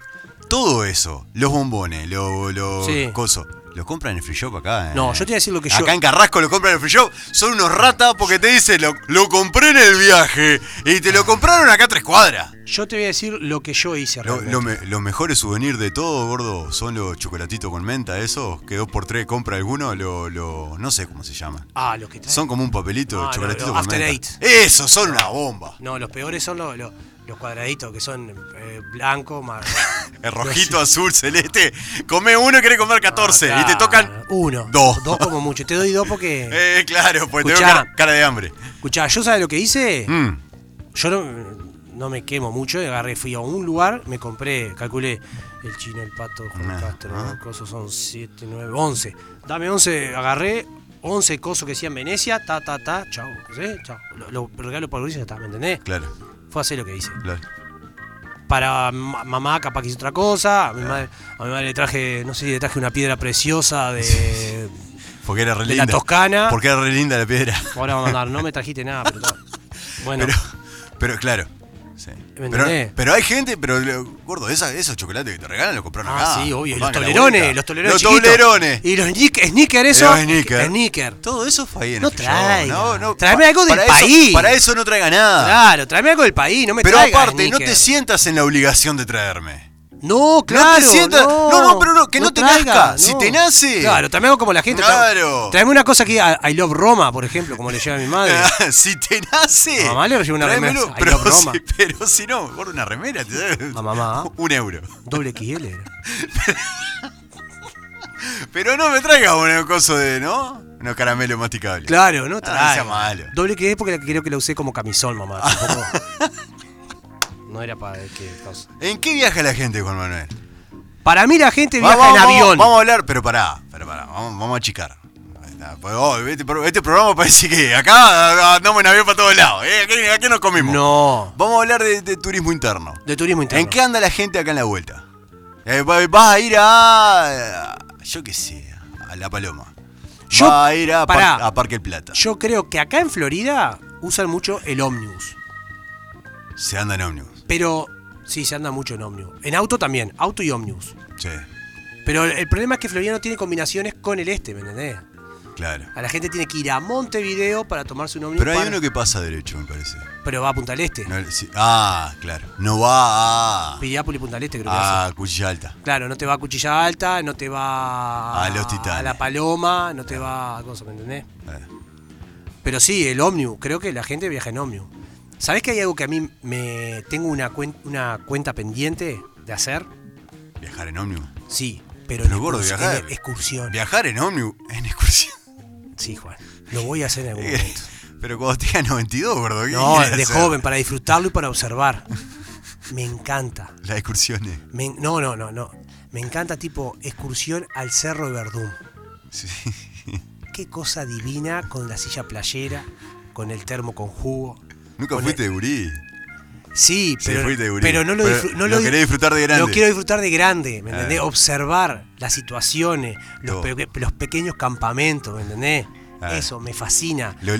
E: Todo eso, los bombones, los lo,
D: Sí.
E: cosos, los compran en el free shop acá. eh.
D: No, yo te voy a decir lo que yo-
E: Acá en Carrasco lo compran en el free shop. Son unos ratas porque te dicen, lo, lo compré en el viaje y te lo compraron acá a tres cuadras.
D: Yo te voy a decir lo que yo hice
E: Lo-
D: realmente.
E: lo me- los mejores souvenirs de todo, gordo, son los chocolatitos con menta, esos que dos por tres compra alguno, lo, lo- no sé cómo se llama.
D: Ah, los que traen. Ah,
E: Son como un papelito,
D: No, no,
E: chocolatitos
D: los
E: con
D: After
E: menta.
D: Eight.
E: Esos son una bomba.
D: No, los peores son los, los, los cuadraditos, que son eh, blanco, más.
E: El rojito, azul, celeste. Come uno y querés comer 14.
D: Ah,
E: y te tocan.
D: claro. Uno.
E: Dos.
D: Dos como mucho. Te doy dos porque.
E: Eh, claro, pues te veo
D: Escuchá.
E: cara, cara de hambre.
D: Escuchá, yo sabes lo que hice.
E: Mm,
D: Yo no, no me quemo mucho. Agarré, fui a un lugar, me compré, calculé. El chino, el pato, Juan
E: Ah,
D: Castro,
E: ah.
D: ¿no? cosos son 7, 9, 11. Dame 11, agarré 11 cosos que decían Venecia, ta, ta, ta, chao. ¿sí? Chao. Lo, lo regalo por Grecia, está, ¿me entendés?
E: claro,
D: Fue así lo que hice.
E: claro.
D: para ma- mamá capaz que hizo otra cosa. A mi, madre, a mi madre le traje, no sé si le traje una piedra preciosa de...
E: Porque era re
D: De la
E: linda.
D: Toscana.
E: Porque era re linda la piedra.
D: Ahora va a mandar, no me trajiste nada, pero... está. Bueno,
E: Pero, pero claro. sí.
D: ¿Me
E: Pero,
D: entendés?
E: pero hay gente, pero lo- gordo, esa- esos chocolates que te regalan los compraron
D: ah,
E: acá.
D: sí, obvio. y Los
E: Compraron en la
D: tolerones,
E: vuelta.
D: los tolerones.
E: Los
D: chiquitos.
E: tolerones.
D: Y los sneak- sneaker, eso.
E: Los sneaker.
D: sneaker.
E: Todo eso fue ahí en
D: No
E: el free
D: traiga.
E: shop, No, no,
D: Tráeme
E: pa-
D: algo del
E: para eso-
D: país.
E: Para eso no traiga nada.
D: Claro, tráeme algo del país, no me
E: Pero
D: traigas
E: aparte, no te
D: sneaker.
E: sientas en la obligación de traerme.
D: No, claro.
E: sientas- no, no, pero no, que no te nazca, si te nace.
D: Claro, tráeme algo como la gente.
E: Claro.
D: Traeme una cosa que diga, I love Roma, por ejemplo, como le lleva a mi madre.
E: si te nace.
D: A mamá le llevo una
E: tráemelo,
D: remera, ahí
E: Pero,
D: la broma.
E: si, pero si no, por una remera te da-
D: A mamá.
E: Un euro.
D: Doble XL era.
E: Pero no me traigas un coso de, ¿no? Unos caramelos masticables.
D: Claro, no
E: sea
D: trae.
E: malo.
D: Doble que es porque la- creo que la usé como camisón, mamá. tampoco- no era para que causa.
E: ¿En qué viaja la gente, Juan Manuel?
D: Para mí la gente viaja
E: vamos,
D: en
E: vamos,
D: avión.
E: Vamos a hablar, pero pará, pará, pará, vamos, vamos a achicar. Ahí está, pues, oh, este, pro- este programa parece que acá ah, andamos en avión para todos lados. ¿eh? Aquí, aquí nos comimos.
D: No.
E: Vamos a hablar de, de turismo interno.
D: De turismo interno.
E: ¿En qué anda la gente acá en la vuelta? Eh, va- vas a ir a. Yo qué sé, a La Paloma.
D: Yo-
E: va a ir a, Par-
D: pará.
E: a Parque El Plata.
D: Yo creo que acá en Florida usan mucho el ómnibus.
E: Se anda en ómnibus.
D: Pero sí, se anda mucho en ómnibus. En auto también, auto y ómnibus.
E: Sí,
D: Pero el- el problema es que Florida no tiene combinaciones con el este, ¿me entendés?
E: claro.
D: A la gente tiene que ir a Montevideo para tomarse un ómnibus.
E: Pero hay
D: Mm, para-
E: uno que pasa derecho, me parece.
D: Pero va a Punta del Este.
E: No, sí. Ah, claro. No va a,
D: Piriápolis y Punta del Este creo que hace.
E: a Cuchilla Alta.
D: Claro, no te va a Cuchilla Alta, no te va
E: A Los Titanes.
D: Ah, a La Paloma, no te va a cosas, ¿me entendés?
E: Eh,
D: Pero sí, el ómnibus. Creo que la gente viaja en ómnibus. ¿Sabés que hay algo que a mí me tengo una, cuen- una cuenta pendiente de hacer?
E: Viajar en ómnibus.
D: Sí, pero,
E: Pero
D: en,
E: gordo,
D: excurs-
E: viajar.
D: en excursión.
E: Viajar en ómnibus en excursión.
D: sí, Juan. Lo voy a hacer en algún
E: Eh,
D: momento.
E: Pero cuando tenga 92, gordo. ¿qué
D: No,
E: querés
D: de
E: hacer?
D: joven, para disfrutarlo y para observar. Me encanta.
E: Las excursiones.
D: Me en- no, no, no, no. Me encanta tipo excursión al Cerro de Verdún.
E: Sí.
D: Qué cosa divina con la silla playera, con el termo con jugo.
E: Nunca
D: Con
E: fuiste de gurí.
D: Sí,
E: Sí,
D: pero,
E: fuiste de gurí.
D: pero no lo,
E: Pero
D: disfru- no
E: lo
D: di-
E: querés disfrutar de grande.
D: Lo quiero disfrutar de grande, ¿me
E: Ah.
D: entendés? Observar las situaciones, los,
E: Todo.
D: pe- los pequeños campamentos, ¿me entendés?
E: Ah.
D: Eso me fascina.
E: Lo-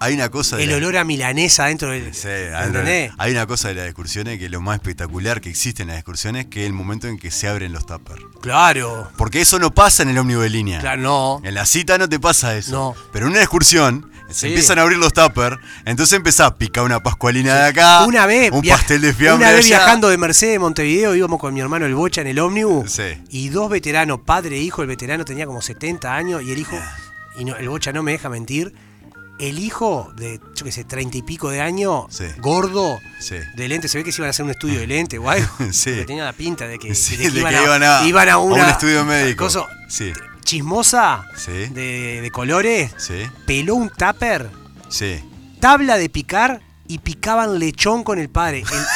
E: hay una cosa. de
D: El
E: la-
D: olor a milanesa dentro del.
E: Sí,
D: ¿me
E: adentro-
D: entendés?
E: hay una cosa de las excursiones que es lo más espectacular que existe en las excursiones, que es el momento en que se abren los tuppers.
D: Claro,
E: Porque eso no pasa en el ómnibus de línea.
D: claro, no.
E: En la cita no te pasa eso.
D: No.
E: Pero en una excursión se
D: Sí.
E: empiezan a abrir los tuppers, entonces empezás a picar una pascualina de acá,
D: Una vez,
E: un
D: via-
E: pastel de fiambre
D: una vez
E: allá.
D: viajando de Mercedes a Montevideo, íbamos con mi hermano el Bocha en el ómnibus.
E: Sí.
D: Y dos veteranos, padre e hijo, el veterano tenía como 70 años y el hijo, y no- el Bocha no me deja mentir, el hijo de, yo qué sé, 30 y pico de años,
E: Sí.
D: gordo,
E: Sí.
D: de lente, se ve que se iban a hacer un estudio de lente o algo.
E: Sí.
D: porque tenía la pinta de que,
E: Sí,
D: de
E: de que iban a-
D: iban
E: a un
D: una-
E: estudio médico.
D: cosa
E: Sí.
D: Chismosa
E: Sí.
D: de, de colores,
E: Sí,
D: peló un tupper
E: sí.
D: tabla de picar y picaban lechón con el padre. El-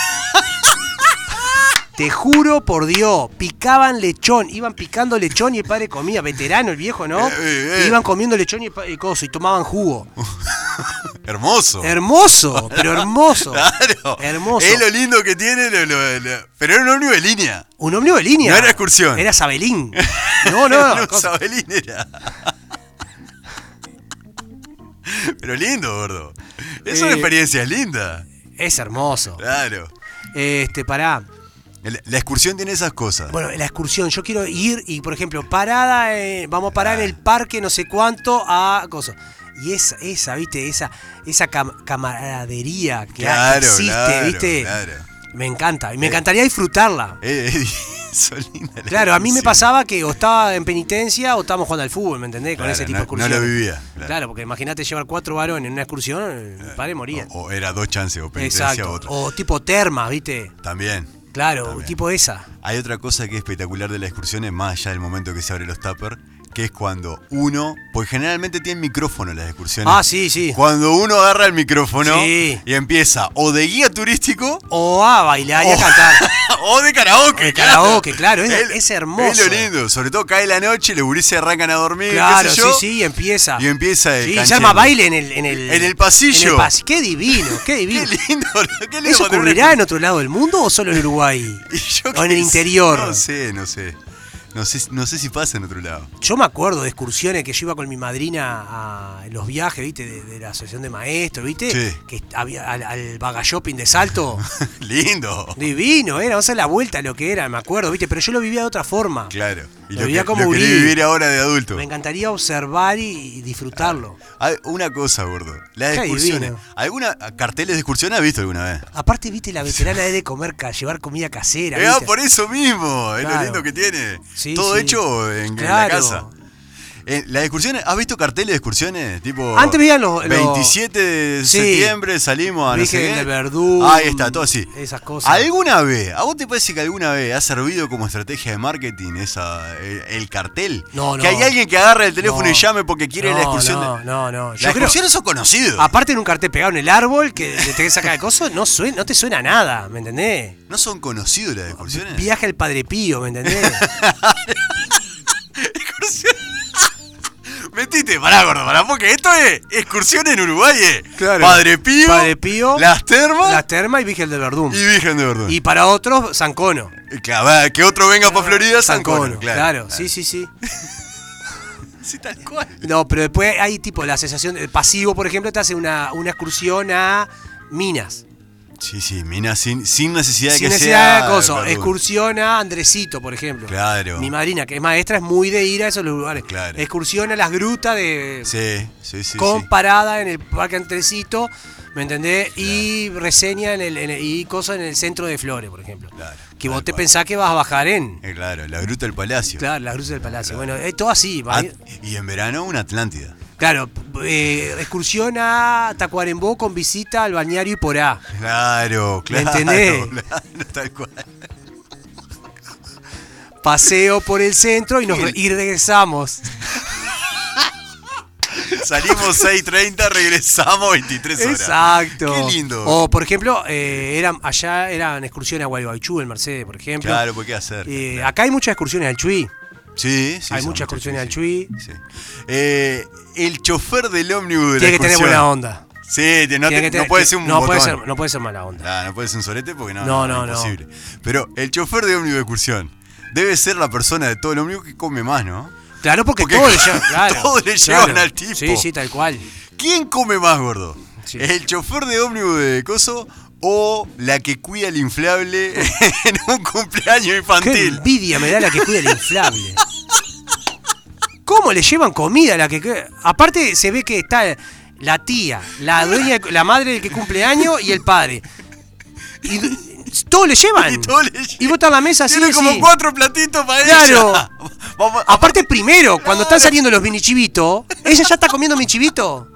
D: Te juro por Dios, picaban lechón, iban picando lechón y el padre comía, veterano el viejo, ¿no?
E: Eh, eh, eh.
D: Iban comiendo lechón y, pa- y coso, y tomaban jugo.
E: Hermoso.
D: Hermoso, pero hermoso.
E: Claro.
D: Hermoso.
E: Es lo lindo que tiene. lo- lo- lo- Pero era un ómnibus de línea.
D: Un ómnibus de línea.
E: No era excursión.
D: Era Sabelín. No, no,
E: Era un
D: cosa-
E: Sabelín era. Pero lindo, gordo. Es una
D: Eh.
E: experiencia linda.
D: es hermoso.
E: Claro.
D: Este, pará.
E: El- La excursión tiene esas cosas.
D: Bueno, la excursión, yo quiero ir y, por ejemplo, parada, eh, vamos a parar en el parque, no sé cuánto, a cosas. Y esa, esa, viste, esa, esa cam- camaradería que, hay- que existe,
E: claro,
D: viste.
E: claro.
D: Me encanta, y me encantaría disfrutarla.
E: Eh, eh, eso, linda la
D: Claro, a mí me
E: excursión.
D: pasaba que o estaba en penitencia o estábamos jugando al fútbol, ¿me entendés? Con
E: Claro,
D: ese
E: no-
D: tipo
E: no
D: de excursiones.
E: lo vivía,
D: Claro,
E: claro. Eh,
D: porque imagínate llevar cuatro varones en una excursión, el padre moría.
E: O, o era dos chances, o penitencia o
D: Exacto.
E: otra.
D: O tipo termas, viste.
E: También.
D: Claro,
E: También.
D: tipo esa.
E: Hay otra cosa que es espectacular de las excursiones, más allá del momento que se abren los tuppers, que es cuando uno, pues generalmente tienen micrófono las excursiones.
D: Ah, sí, sí.
E: Cuando uno agarra el micrófono
D: Sí.
E: y empieza o de guía turístico
D: O a bailar y a
E: O-
D: cantar.
E: o de karaoke.
D: De
E: claro.
D: karaoke, claro, es- es hermoso.
E: Es lo lindo, sobre todo cae la noche, los gurises arrancan a dormir,
D: Claro,
E: qué sé yo,
D: sí, sí, empieza.
E: y empieza el
D: Sí, se
E: canchero.
D: llama baile en el, en el,
E: En el pasillo.
D: en el pas- qué divino, qué divino.
E: Qué lindo, qué lindo.
D: ¿Eso
E: cuando uno
D: ocurrirá en otro lado del mundo o solo en Uruguay?
E: Y yo
D: o en
E: qué sé,
D: el interior.
E: No sé, no sé. No sé, no sé si pasa en otro lado.
D: Yo me acuerdo de excursiones que yo iba con mi madrina a en los viajes, ¿viste? De, de la asociación de maestros, ¿viste?
E: Sí.
D: Que había al, al Baga Shopping de Salto.
E: Lindo.
D: Divino, era, o sea, la vuelta lo que era, me acuerdo, ¿viste? Pero yo lo vivía de otra forma.
E: Claro. Y
D: Lo
E: lo,
D: vivía
E: que,
D: como
E: lo querés
D: gurí.
E: vivir ahora de adulto.
D: Me encantaría observar y, y disfrutarlo.
E: Hay una cosa, gordo. Las
D: Qué
E: excursiones.
D: divino.
E: ¿Alguna carteles de excursión has visto alguna vez?
D: Aparte, ¿viste? La veterana es de comer, ca- llevar comida casera.
E: Eh, ah,
D: ¿viste?
E: por eso mismo. Es
D: Claro.
E: lo lindo que tiene.
D: Sí,
E: Todo
D: sí.
E: hecho en, en la
D: Claro.
E: casa. Eh, las excursiones, ¿has visto carteles de excursiones? Tipo.
D: Antes veían los- los-
E: 27 de
D: Sí.
E: septiembre salimos a no sé
D: Virgen
E: qué.
D: de Verdún,
E: Ahí está, todo así.
D: esas cosas.
E: ¿Alguna vez, a vos te parece que alguna vez ha servido como estrategia de marketing esa, el, el cartel?
D: No, no.
E: Que hay alguien que agarre el teléfono
D: No.
E: y llame porque quiere la
D: No,
E: excursión.
D: No,
E: de-
D: no, no. Yo
E: Las
D: creo-
E: excursiones son conocidas.
D: aparte en un cartel pegado en el árbol que le te saca de coso, no, suena, no te suena a nada, ¿me entendés?
E: ¿No son conocidos las excursiones?
D: Viaje al Padre Pío, ¿me entendés?
E: Metiste, pará, gordo, pará, porque esto es excursión en Uruguay, eh.
D: Claro.
E: Padre Pío,
D: Padre Pío,
E: las termas
D: Las Termas y Vigel de Verdún.
E: y Virgen de Verdún.
D: Y para Ah, otros, Zancono.
E: Claro, Ah. va, que otro venga para Florida, San
D: Sancono,
E: Cono, claro.
D: sí, sí, sí.
E: Sí, tal cual.
D: No, pero después hay tipo la sensación. El pasivo, por ejemplo, te hace una, una excursión a minas.
E: Sí, sí, mina sin, sin necesidad de
D: Sin
E: que
D: necesidad
E: sea.
D: de acoso.
E: verdugo.
D: Excursión a Andresito, por ejemplo.
E: Claro.
D: Mi madrina, que es maestra, es muy de ir a esos lugares.
E: Claro.
D: Excursión a las grutas de.
E: Sí, sí, sí.
D: con
E: sí.
D: parada en el Parque Andresito, ¿me entendés? Y reseña en el, en el- y cosas en el centro de Flores, por ejemplo.
E: Claro,
D: que vos
E: tal
D: te
E: cual.
D: pensás que vas a bajar en.
E: Eh, claro, la gruta del palacio.
D: Claro, las cruces del palacio. Bueno, es todo así. va-
E: Ah, y en verano, una Atlántida.
D: Claro, eh, excursión a Tacuarembó con visita al balneario y por A.
E: Claro,
D: ¿Me
E: claro.
D: entendés?
E: Claro, tal cual.
D: Paseo por el centro y, nos re- y regresamos.
E: Salimos 6.30, regresamos 23 horas.
D: Exacto.
E: Qué lindo.
D: O, por ejemplo, eh, eran, allá eran excursiones a Gualeguaychú, el Mercedes, por ejemplo.
E: claro, ¿por qué hacer?
D: Eh, Acá hay muchas excursiones al Chuy.
E: sí, sí.
D: hay
E: son
D: muchas excursiones al
E: sí,
D: Chuy.
E: sí. Eh, el chofer del ómnibus de la
D: Tiene que tener
E: excursión.
D: buena onda.
E: Sí, te- no, te-
D: Tiene que tener-
E: no puede ser un
D: no puede
E: botón.
D: ser- no puede ser mala onda.
E: Ah, no puede ser un sorete porque no,
D: No,
E: no,
D: no, no.
E: imposible. Pero el chofer de ómnibus de excursión debe ser la persona de todo el ómnibus que come más, ¿no?
D: Claro, porque,
E: Porque
D: todo le lleva- claro,
E: todo le
D: claro.
E: llevan al tipo.
D: Sí, sí, tal cual.
E: ¿Quién come más, gordo?
D: Sí.
E: ¿El chofer de ómnibus de coso o la que cuida el inflable en un cumpleaños
D: Qué
E: infantil?
D: envidia me da la que cuida el inflable. ¿Cómo le llevan comida a la que.? cu- Aparte, se ve que está la tía, la dueña, la madre del que cumple años y el padre. Y d- todo le llevan.
E: Y todo le llevan.
D: Y vos estás en la mesa así.
E: Tiene como
D: decís,
E: cuatro platitos para
D: Claro.
E: ella. Vamos, a-
D: Aparte, primero, cuando están saliendo los mini chivitos, ella ya está comiendo mini chivito.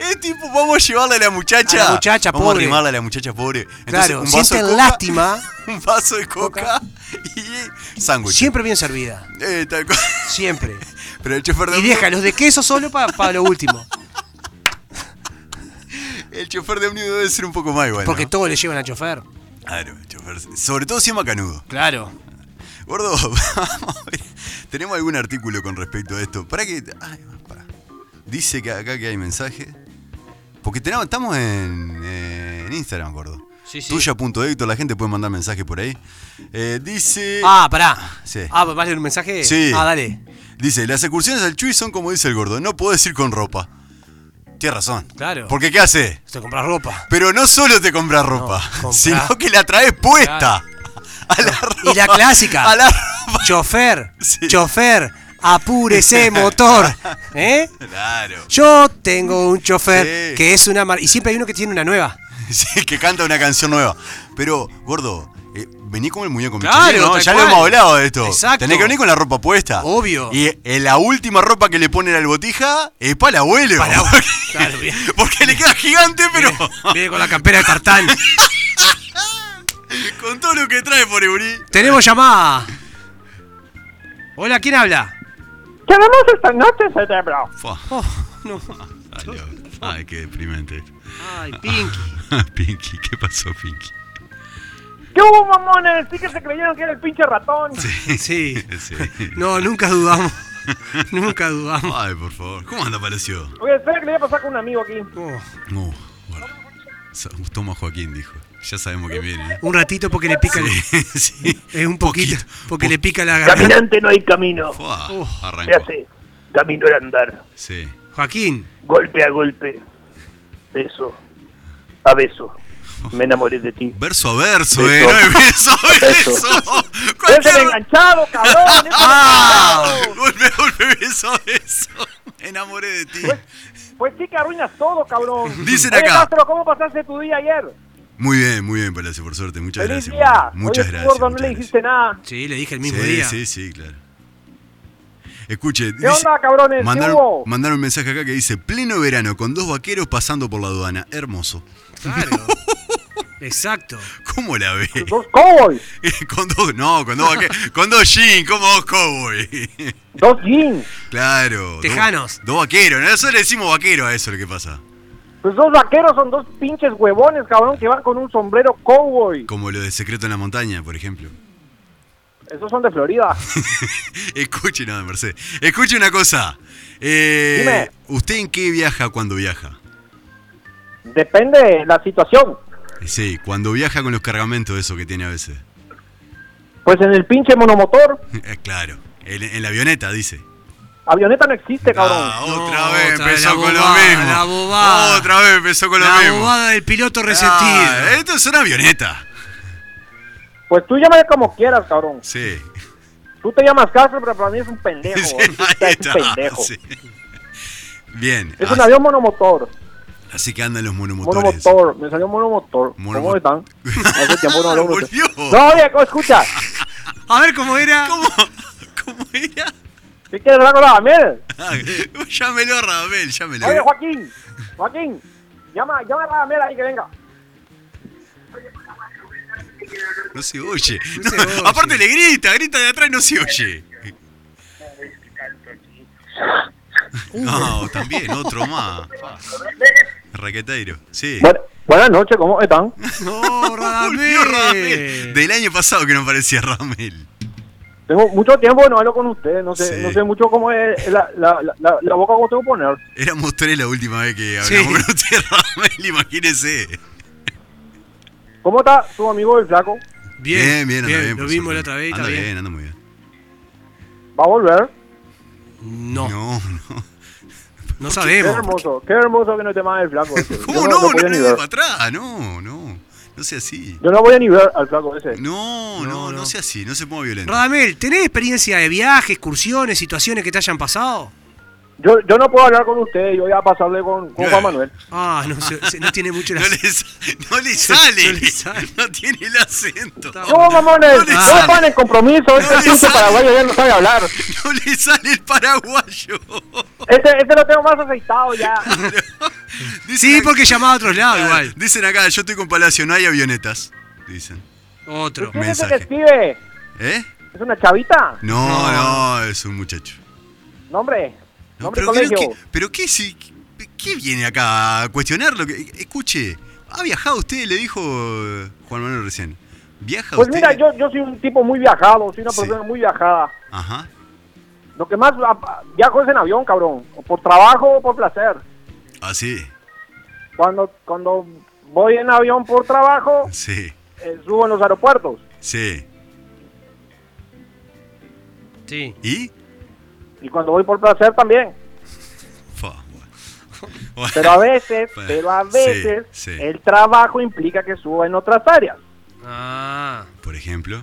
E: es tipo, vamos a llevarle a la muchacha.
D: A la muchacha
E: vamos
D: pobre.
E: a arrimarle a la muchacha pobre. Entonces,
D: Claro,
E: un vaso de
D: sienten
E: coca-
D: lástima.
E: Un vaso de coca, y sándwich.
D: Siempre bien servida.
E: Eh, tal cual.
D: Siempre.
E: Pero el chofer de
D: Y deja los de queso solo para lo último.
E: El chofer de ómnibus debe ser un poco más igual.
D: Porque
E: ¿no?
D: todo le llevan al chofer.
E: Claro, el chofer. Sobre todo si es macanudo.
D: Claro.
E: Gordo, vamos a ver. Tenemos algún artículo con respecto a esto. Para que. ay, pará. Dice que acá que hay mensaje. Porque tenemos, estamos en, eh, en Instagram, gordo.
D: Sí, sí.
E: Tuya.héctor, la gente puede mandar mensaje por ahí. Eh, dice.
D: Ah, pará.
E: Sí.
D: Ah, ¿vas a leer un mensaje?
E: Sí.
D: Ah, dale.
E: Dice, las excursiones al Chuy son como dice el gordo, no podés ir con ropa. Tienes razón.
D: Claro.
E: Porque ¿qué hace?
D: Se compra ropa.
E: Pero no solo te compras ropa,
D: comprás.
E: sino que la traes puesta. A la ropa.
D: Y la clásica.
E: A la ropa.
D: Chofer,
E: Sí.
D: chofer, apúrese motor. ¿Eh?
E: Claro.
D: Yo tengo un chofer
E: Sí.
D: que es una mar... Y siempre hay uno que tiene una nueva.
E: Sí, que canta una canción nueva. Pero, gordo, eh, vení con el muñeco
D: Claro,
E: Michelin, ¿no?
D: tal
E: Ya
D: cual.
E: lo hemos hablado de esto.
D: Exacto.
E: Tenés que venir con la ropa puesta.
D: Obvio.
E: Y eh, la última ropa que le ponen al botija es para el abuelo.
D: Para el abuelo, claro, bien.
E: Porque le queda gigante, pero
D: Viene con la campera de tartán.
E: con todo lo que trae por
D: Tenemos llamada. Hola, ¿quién habla?
G: Tenemos esta noche, cerebro.
D: Oh, no.
E: Ay, qué deprimente.
D: Ay, Pinky.
E: Pinky, ¿qué pasó, Pinky?
G: ¿Qué hubo, mamones? Sí que se creyeron que era el pinche ratón.
D: Sí.
E: Sí.
D: No, nunca dudamos. nunca dudamos.
E: Ay, por favor. ¿Cómo anda, Palacio?
G: Oye, espera que le voy a pasar con un amigo aquí.
D: Oh,
E: No, bueno. Sa- Toma Joaquín, dijo. Ya sabemos que viene. ¿eh?
D: un ratito porque le pica. el-
E: sí.
D: Es un poquito. Porque le pica la garganta.
G: Caminante no hay camino.
E: Fua,
D: Oh.
G: Se
E: arrancó.
G: hace camino al andar,
E: Sí.
D: Joaquín.
G: golpe a golpe, beso a beso. Me enamoré de ti.
E: Verso a verso,
G: Beso.
E: eh. No es verso a
G: Beso.
E: verso.
G: ¡Es el
E: Cualquier-
G: enganchado, cabrón! ¡Ese
E: ¡Ah!
G: enganchado!
E: Golpe, golpe, beso a beso. Me enamoré de ti.
G: Pues sí que arruinas todo, cabrón.
E: Dicen
G: Oye,
E: acá.
G: Castro, ¿cómo pasaste tu día ayer?
E: Muy bien, muy bien, Palacio, por suerte. Muchas
G: ¡Feliz
E: gracias.
G: día!
E: Palacio. Muchas
G: Oye,
E: gracias.
G: Gordo, no
E: muchas
G: le
E: gracias.
G: dijiste nada.
D: Sí, le dije el mismo
E: sí,
D: día.
E: Sí, sí, claro. Escuche,
G: ¿Qué onda, cabrones? ¿Qué
E: mandaron,
G: hubo?
E: mandaron un mensaje acá que dice, pleno verano, con dos vaqueros pasando por la aduana. Hermoso.
D: Claro. Exacto.
E: ¿Cómo la ve?
G: Dos cowboys,
E: con dos, no, con dos vaqueros, con dos jeans, como dos cowboy.
G: dos jeans,
E: claro. dos-
D: Tejanos.
E: Dos, vaqueros, nosotros le decimos vaquero a eso lo que pasa.
G: Pues dos vaqueros son dos pinches huevones, cabrón, que van con un sombrero cowboy.
E: Como lo de secreto en la montaña, por ejemplo.
G: Esos son de Florida.
E: Escuche, nada, Mercedes. Escuche una cosa. Eh,
G: Dime.
E: ¿Usted en qué viaja cuando viaja?
G: Depende de la situación.
E: Sí, cuando viaja con los cargamentos, eso que tiene a veces.
G: Pues en el pinche monomotor,
E: Eh, claro, En, en la avioneta, dice.
G: Avioneta no existe, cabrón.
E: Ah,
D: No,
E: otra vez
D: otra,
E: empezó
D: la
E: con
D: bobada,
E: lo mismo.
D: la bobada.
E: Otra vez empezó con lo
D: La
E: mismo.
D: bobada del piloto resentido.
E: Ah, esto es una avioneta.
G: Pues tú llámame como quieras, cabrón.
E: Sí.
G: Tú te llamas Castro, pero para mí es un pendejo.
E: Sí,
G: es un
E: ahí está,
G: pendejo.
E: sí. Bien.
G: Es
E: así,
G: un avión monomotor.
E: así que andan los monomotores.
G: Monomotor. Me salió monomotor.
E: Monomo-
G: ¿Cómo están? Hace tiempo no hablo con usted.
E: Volvió.
G: No, oye, co- escucha.
D: A ver cómo era.
E: ¿Cómo, ¿Cómo era?
G: ¿Qué quieres hablar con la Damiel?
E: Ah, llámelo a Rabel, llámelo.
G: Oye, Joaquín. Joaquín. Llama, llama a la Damiel ahí que venga.
E: No se oye.
D: No se
E: No,
D: oye.
E: Aparte le grita, grita de atrás y no se oye.
D: este
E: No, también, otro más. Raqueteiro, sí.
G: Bueno, buenas noches, ¿cómo están?
D: No,
E: Volvió Radamel.
D: Radamel.
E: Del año pasado que no parecía Ramel.
G: Tengo mucho tiempo que no hablo con ustedes. No sé,
E: Sí.
G: no sé mucho cómo es la, la, la, la, la boca que tengo que poner.
E: Éramos tres la última vez que
D: Sí.
E: hablamos con usted, Ramel, imagínese.
G: ¿Cómo está tu amigo el flaco?
D: Bien, bien,
E: anda
D: Lo
E: por
D: vimos
E: suerte.
D: la otra vez y
E: Anda
D: está
E: bien,
D: bien.
E: anda muy bien.
G: ¿Va a volver?
D: No, no,
E: No, no.
G: Qué
D: sabemos.
G: hermoso, qué hermoso que no te más el flaco. ese.
E: ¿Cómo
G: Yo
E: no? No,
G: podía
E: no,
G: ni
E: le dé
G: ver.
E: para atrás, no, no. No sea así.
G: Yo no voy a ni ver al flaco ese.
E: No, no, no,
D: No, no.
E: sea así, no se ponga violento.
D: Radamel, ¿tenés experiencia de viajes, excursiones, situaciones que te hayan pasado?
G: Yo, yo no puedo hablar con ustedes, yo voy a pasarle con, con Juan Manuel.
D: Ah, no, se- se- no tiene mucho la...
E: No le, sa- no le sale.
D: No le sale.
E: No tiene el acento.
G: Yo, mamones,
E: No le
G: yo
E: sale.
G: estaba en el compromiso,
E: No le
G: este pinche
E: sale.
G: paraguayo ya no sabe hablar.
E: No le sale el paraguayo.
G: Este, este lo tengo más aceitado ya.
E: Dicen
D: Sí,
E: acá-
D: porque llamaba a otros lados igual.
E: Dicen acá, yo estoy con Palacio, no hay avionetas. Dicen.
D: Otro.
G: ¿Quién es el que
E: Mensaje.
G: escribe?
E: ¿Eh?
G: ¿Es una chavita?
E: No, no,
D: No.
E: es un muchacho.
G: Nombre,
E: No,
G: nombre y
E: pero,
G: colegio.
E: ¿qué, pero qué si- qué viene acá a cuestionarlo? Que- Escuche, ¿ha viajado usted? Le dijo eh, Juan Manuel recién. ¿Viaja
G: Pues
E: usted?
G: mira, yo, yo soy un tipo muy viajado, soy una
E: Sí.
G: persona muy viajada.
E: Ajá.
G: Lo que más ah, viajo es en avión, cabrón. O por trabajo o por placer.
E: Ah, sí.
G: Cuando, cuando voy en avión por trabajo,
E: Sí.
G: eh, subo en los aeropuertos.
E: Sí.
D: Sí.
E: ¿Y?
G: Y cuando voy por placer también.
E: Fa, bueno.
G: Pero a veces,
E: Bueno,
G: pero a
E: sí,
G: veces,
E: Pues, sí.
G: el trabajo implica que suba en otras áreas.
D: Ah.
E: Por ejemplo,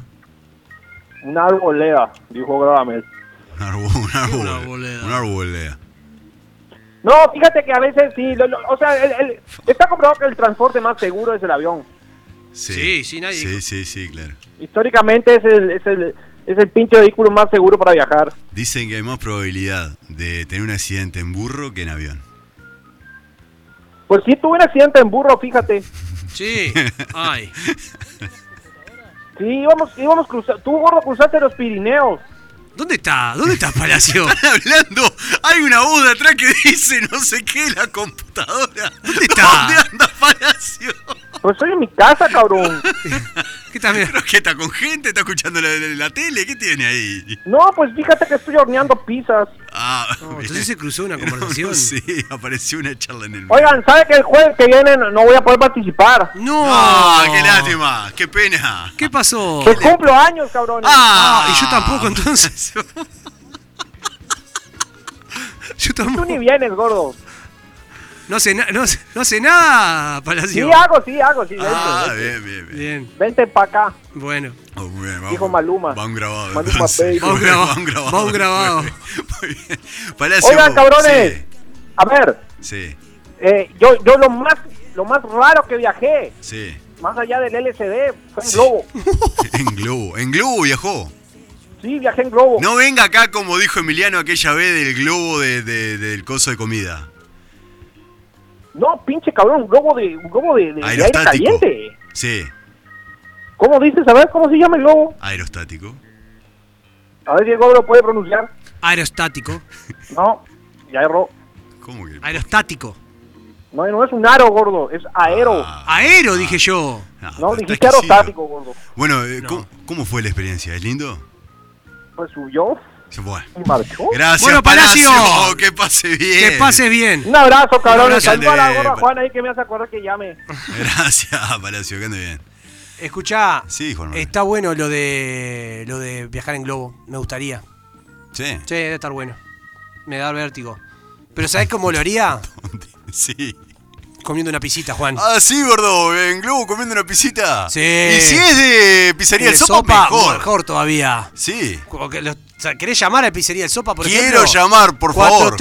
G: Una arboleda, dijo Gradamel.
E: un árbol. Un árbol.
D: Una arboleda.
E: Una arboleda.
G: No, fíjate que a veces sí. lo- lo- o sea, el- el- está comprobado que el transporte más seguro es el avión.
E: Sí,
D: Sí, sí, nadie
E: Sí,
D: dijo.
E: sí, sí, claro.
G: Históricamente es el, es el, es el pinche vehículo más seguro para viajar.
E: Dicen que hay más probabilidad de tener un accidente en burro que en avión.
G: Pues sí, tuve un accidente en burro, fíjate.
D: Sí. Ay.
G: Sí, íbamos, íbamos cruzando. Tú, gordo, cruzaste los Pirineos.
D: ¿Dónde está? ¿Dónde está Palacio?
E: Están hablando, hay una voz de atrás que dice no sé qué la computadora. ¿Dónde
D: está?
E: ¿Dónde anda Palacio?
G: Pues estoy en mi casa, cabrón.
D: ¿Qué estás mirando?
E: ¿Pero que está con gente? ¿Está escuchando la, la- la tele? ¿Qué tiene ahí?
G: No, pues fíjate que estoy horneando pizzas.
E: Ah,
D: No,
E: bien.
D: entonces se cruzó una
E: No, no
D: conversación.
E: sé, apareció una charla en el.
G: Oigan, ¿sabe que el jueves que viene no no voy a poder participar?
D: No.
E: ¡Ah, qué lástima! ¡Qué pena!
D: ¿Qué pasó?
G: Pues cumplo años, cabrones.
D: Ah, y yo tampoco entonces. Yo
G: Tú ni
D: tampoco.
G: vienes, gordo.
D: No hace, na- no, hace- no hace nada,
G: Sí,
D: Palacio.
G: hago, sí, hago, sí. vente,
E: Ah,
G: vente.
E: bien, bien, bien.
D: Bien,
G: Vente pa' acá.
D: bueno.
E: Oh, muy bien,
G: Dijo Maluma.
E: Va un grabado.
G: Maluma
E: entonces.
G: Baby. Va
D: un grabado, va un grabado.
E: Muy bien. Palacio,
G: Oigan, cabrones. A ver,
E: Sí,
G: eh, yo, yo lo más lo más raro que viajé,
E: sí.
G: más allá del LCD, fue en
E: Sí.
G: globo.
E: sí. en globo. En globo viajó.
G: Sí, viajé en globo.
E: No venga acá como dijo Emiliano aquella vez del globo de- de- del coso de comida.
G: No, pinche cabrón, un globo de, un globo de, de- de aire
E: Aerostático.
G: caliente.
E: Sí,
G: ¿Cómo dices? A ver, ¿cómo se llama el globo?
E: aerostático.
G: A ver si el globo lo puede pronunciar.
D: Aerostático.
G: No, ya erró.
E: ¿Cómo que?
D: Aerostático.
G: No, no es un aro, gordo, es aero.
E: Ah,
D: Aero, dije yo.
E: ah,
G: no,
E: está
G: dijiste
E: exquisito.
G: aerostático, gordo.
E: Bueno, eh,
D: No.
E: ¿cómo, cómo fue la experiencia? ¿Es lindo?
G: Pues subió Oh.
E: Bueno.
G: y marchó.
E: Gracias,
D: Bueno, Palacio.
E: Que pase bien.
D: Que pase bien.
G: Un abrazo, cabrón.
E: abrazo.
G: Saludos a la gorra
E: Grande.
G: Juan ahí que me hace acordar que llame.
E: Gracias, Palacio. Que ande bien.
D: Escuchá,
E: Sí, Juan Manuel.
D: está bueno lo de lo de viajar en globo. Me gustaría.
E: Sí.
D: Che, debe estar bueno. Me da vértigo. Pero ¿sabes cómo lo haría?
E: Sí.
D: Comiendo una pisita, Juan.
E: Ah, sí, gordo. En Globo comiendo una pisita.
D: Sí.
E: Y si es de pizzería
D: Y
E: el
D: de
E: sopa, mejor.
D: todavía.
E: Sí.
D: Como que los- o sea, ¿Querés llamar a Pizzería El Sopa, por
E: Quiero
D: ejemplo?
E: llamar, por favor,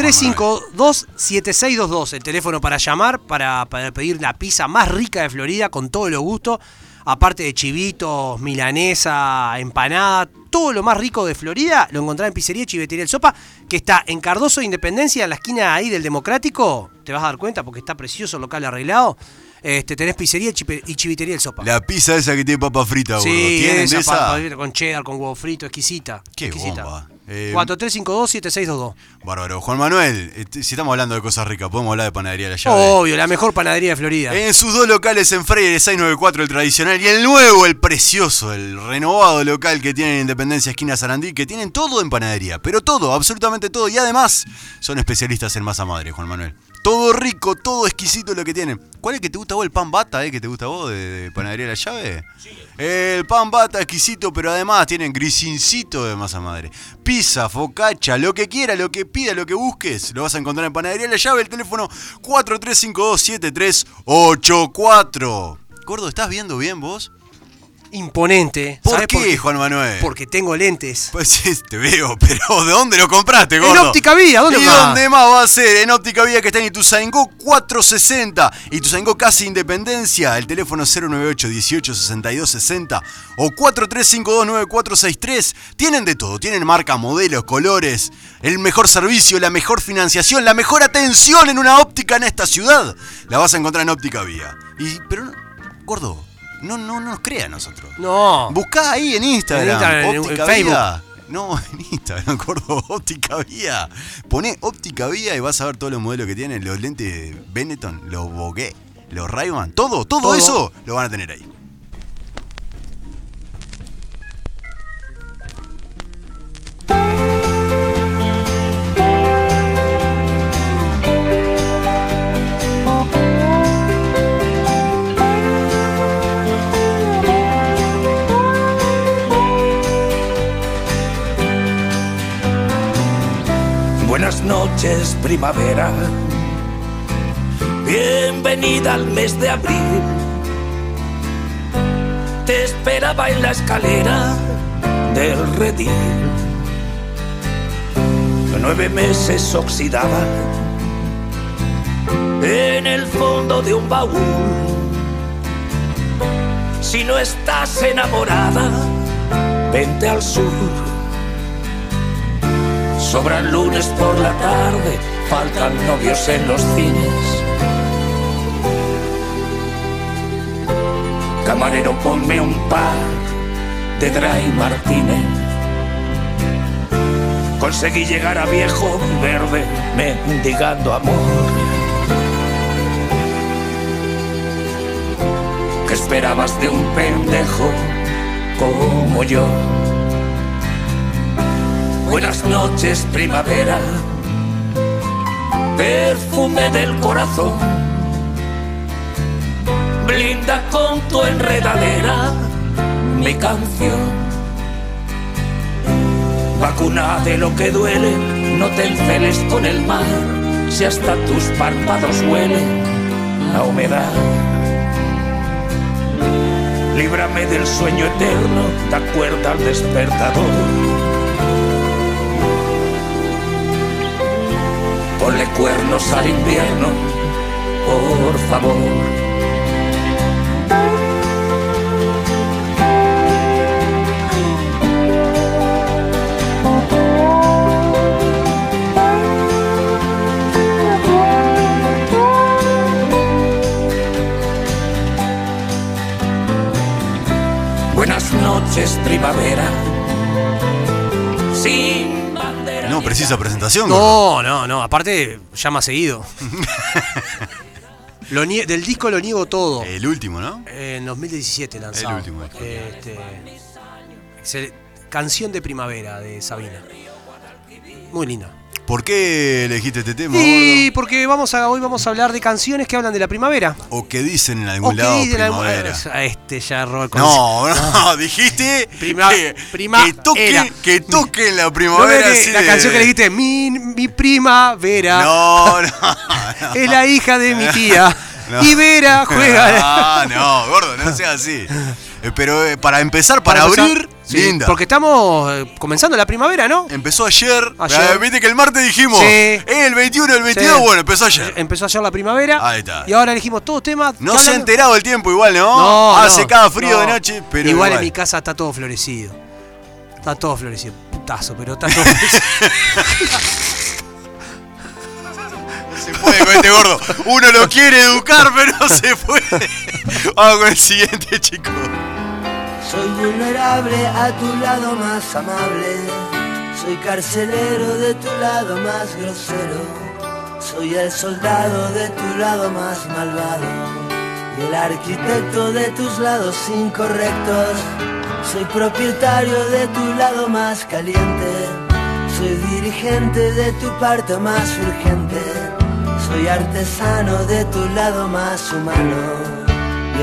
D: 4352-7622, el teléfono para llamar, para, para pedir la pizza más rica de Florida, con todo lo gusto. Aparte de chivitos, milanesa, empanada, todo lo más rico de Florida, lo encontrás en Pizzería Chivetería El Sopa, que está en Cardoso e Independencia, en la esquina ahí del Democrático. Te vas a dar cuenta porque está precioso el local arreglado. Este, tenés Pizzería y Chipe- y Chivetería El Sopa.
E: La pizza esa que tiene papa frita, gordo.
D: Sí,
E: ¿Tienen
D: esa,
E: de esa?
D: papa con cheddar, con huevo frito, exquisita.
E: Qué
D: exquisita.
E: bomba. Eh,
D: 4352-7622.
E: Bárbaro. Juan Manuel, este, si estamos hablando de cosas ricas, podemos hablar de panadería de la llave.
D: Obvio, la mejor panadería de Florida.
E: En sus dos locales en Freire 694, el tradicional, y el nuevo, el precioso, el renovado local que tienen en Independencia Esquina Sarandí, que tienen todo en panadería, pero todo, absolutamente todo, y además son especialistas en masa madre, Juan Manuel. Todo rico, todo exquisito lo que tienen. ¿Cuál es que te gusta a vos? ¿El pan bata, eh? ¿Que te gusta a vos de, de Panadería La Llave? El pan bata exquisito, pero además tienen grisincito de masa madre. Pizza, focacha, lo que quiera, lo que pida, lo que busques, lo vas a encontrar en Panadería La Llave. El teléfono 43527384. Gordo, ¿estás viendo bien vos?
D: Imponente.
E: ¿Por
D: ¿Sabés
E: qué, Juan Manuel?
D: Porque tengo lentes.
E: Pues sí, te veo, pero ¿de dónde lo compraste, gordo?
D: Óptica Vía, ¿dónde
E: ¿Y
D: más?
E: dónde más va a ser? En Óptica Vía que está en Ituzaingó 460. Ituzaingó casi independencia. El teléfono 098 18 62 60 o 43529463. Tienen de todo. Tienen marca, modelos, colores, el mejor servicio, la mejor financiación, la mejor atención en una óptica en esta ciudad. La vas a encontrar en Óptica Vía. Y, pero, no- gordo, no, no nos crea a nosotros.
D: No.
E: Buscá ahí en Instagram.
D: En Instagram, en-
E: óptica
D: en
E: Vía. No, en Instagram, gordo. Óptica Vía. Poné óptica Vía y vas a ver todos los modelos que tienen. Los lentes Benetton, los Bokeh, los Ray-Ban. Todo, todo,
D: Todo.
E: eso lo van a tener ahí.
H: Buenas noches, primavera. Bienvenida al mes de abril. Te esperaba en la escalera del redil. Nueve meses oxidada en el fondo de un baúl. Si no estás enamorada, vente al sur. Sobran lunes por la tarde, faltan novios en los cines. Camarero, ponme un par de Dry Martínez. Conseguí llegar a viejo y verde, mendigando amor. ¿Qué esperabas de un pendejo como yo? Buenas noches, primavera. Perfume del corazón. Blinda con tu enredadera mi canción. Vacuna de lo que duele, no te enceles con el mar. Si hasta tus párpados huelen la humedad. Líbrame del sueño eterno, da cuerda al despertador. ponle cuernos al invierno, por favor. Buenas noches, primavera. Sin bandera.
E: No
H: ni
E: precisa
H: bandera.
E: presentación, gordo.
D: No, no, no. Aparte, llama seguido. Lo nie- del disco lo niego todo.
E: El último, ¿no?
D: En 2017 lanzado.
E: El último disco.
D: Este, excel- canción de primavera de Sabina. Muy linda.
E: ¿Por qué elegiste este tema?
D: Y
E: gordo?
D: porque vamos a, hoy vamos a hablar de canciones que hablan de la primavera.
E: ¿O qué dicen en
D: O
E: algún
D: que
E: lado?
D: dicen alguna-
E: primavera?
D: Ah, Este ya erró el concepto.
E: No, no, dijiste
D: Prima-
E: que,
D: prima
E: que toquen,
D: era.
E: que toquen la
D: ¿No
E: primavera.
D: ves que
E: así
D: la
E: de-
D: canción que le dijiste, mi, mi primavera
E: No, no.
D: es la hija de mi tía.
E: No.
D: Y Vera juega.
E: Ah, no, gordo, no sea así. Eh, Pero eh, para empezar, para,
D: empezar-
E: abrir,
D: Sí,
E: linda.
D: Porque estamos eh, comenzando la primavera, ¿no?
E: Empezó ayer.
D: Ayer.
E: eh, Viste que el martes dijimos.
D: Sí.
E: eh, el 21, el 22.
D: Sí. Em,
E: Bueno, empezó ayer.
D: Empezó ayer la primavera.
E: Ahí está.
D: Y ahora elegimos todos temas. que
E: No se ha
D: hablan-
E: enterado el tiempo igual, ¿no?
D: No,
E: Hace
D: no,
E: cada frío
D: no.
E: de noche, pero.
D: Igual, en mi casa está todo florecido. Está todo florecido. Putazo, pero está todo florecido.
E: Se puede con este gordo. Uno lo quiere educar, pero no se puede. Vamos con el siguiente, chico.
I: Soy vulnerable a tu lado más amable. Soy carcelero de tu lado más grosero. Soy el soldado de tu lado más malvado. Y el arquitecto de tus lados incorrectos. Soy propietario de tu lado más caliente. Soy dirigente de tu parte más urgente. Soy artesano de tu lado más humano y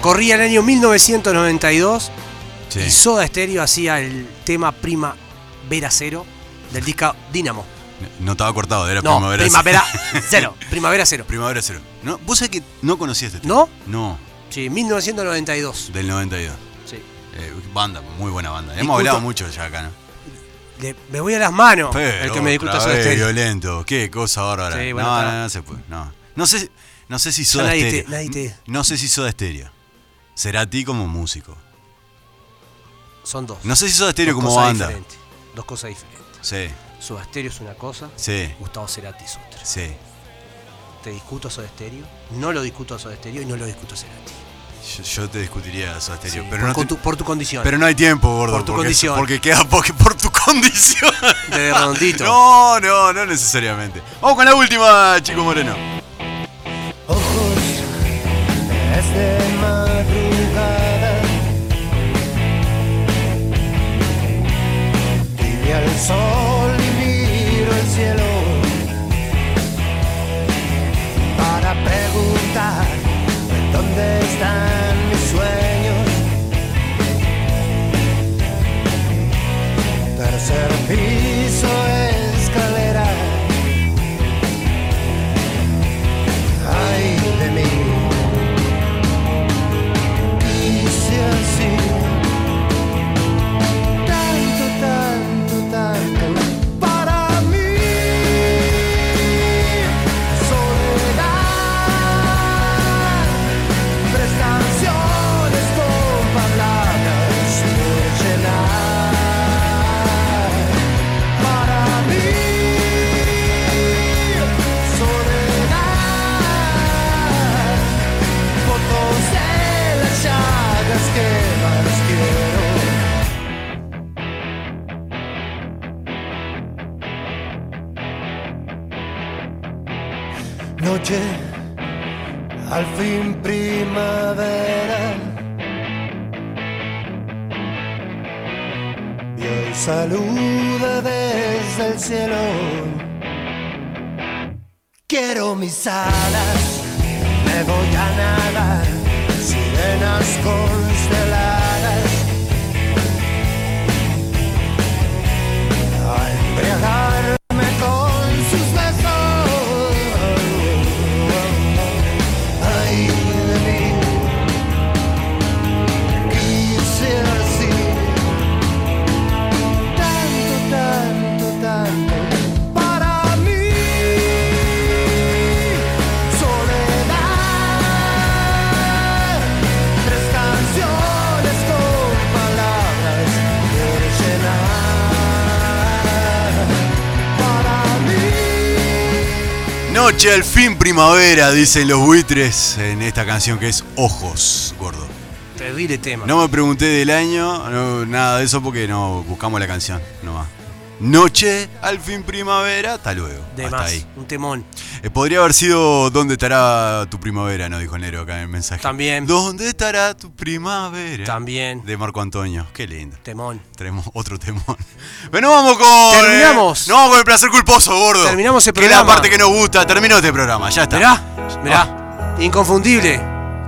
D: Corría el año 1992 y
E: Sí.
D: Soda Stereo hacía el tema Primavera Cero del disco Dínamo.
E: No estaba cortado, era
D: No,
E: primavera.
D: Primavera Cero. Primavera Cero.
E: primavera cero. No, vos sabés que no conocías este tema.
D: ¿No?
E: No,
D: Sí, 1992.
E: del 92.
D: Sí.
E: Eh, banda, muy buena banda. Hemos
D: Discuto-
E: hablado mucho ya acá, ¿no?
D: Le- me voy a las manos.
E: Pero
D: Ah, el que me discuta
E: otra
D: Soda
E: vez
D: Stereo.
E: violento. Qué cosa bárbara.
D: Sí, bueno,
E: no,
D: pará.
E: no, no se puede. No, no sé, no sé si Soda
D: nadie te-
E: Stereo. Mm.
D: nadie te-
E: No sé si Soda Stereo. Será a ti como músico.
D: Son dos.
E: No sé si Soda
D: Dos
E: Stereo como
D: cosas
E: banda.
D: diferentes. Dos cosas diferentes.
E: Sí,
D: Soda Stereo es una cosa,
E: sí,
D: Gustavo Cerati es otra.
E: sí.
D: Te discuto a Soda Stereo, no lo discuto a Soda Stereo y no lo discuto a Cerati.
E: Yo, yo te discutiría Soda Stereo.
D: Sí,
E: pero,
D: por,
E: no
D: con
E: te-
D: tu, por tu condición.
E: pero no hay tiempo, gordo.
D: Por tu
E: porque,
D: condición.
E: Porque queda porque por tu condición.
D: De redondito.
E: No, no, no necesariamente. Vamos con la última, Chico Moreno.
F: Ojos, es de madrugada. Tibia el sol y miro el cielo para preguntar dónde están mis sueños. Tercer piso, escalera. ay de mí. Quise así, tanto, tanto, tanto para mí. Soledad, tres canciones con palabras por llenar. Para mí, soledad, fotos de las llagas que más quiero. Noche, al fin primavera. Y hoy saluda desde el cielo. Quiero mis alas, me voy a nadar, sirenas consteladas. A embriagarme con sus besos. Ay, de mí, quise así, tanto, tanto, tanto para mí. Soledad, tres canciones con palabras por llenar para mí.
E: Noche al fin primavera, dicen los buitres en esta canción que es Ojos, gordo.
D: Terrible tema.
E: No me pregunté del año, no, nada de eso porque no buscamos la canción, no va. Noche al fin primavera, hasta luego.
D: de
E: hasta
D: más.
E: ahí.
D: Un temón.
E: Eh, podría haber sido ¿Dónde estará tu primavera? No dijo Nero acá en el mensaje.
D: También.
E: ¿Dónde estará tu primavera?
D: También.
E: De Marco Antonio. Qué lindo.
D: Temón.
E: Tenemos otro temón. Bueno, vamos con.
D: Terminamos.
E: eh, no, con el placer culposo, gordo.
D: Terminamos el
E: Que es la
D: programa.
E: parte que nos gusta. Terminó este programa, ya está. Ah.
D: Mirá, mirá. Inconfundible.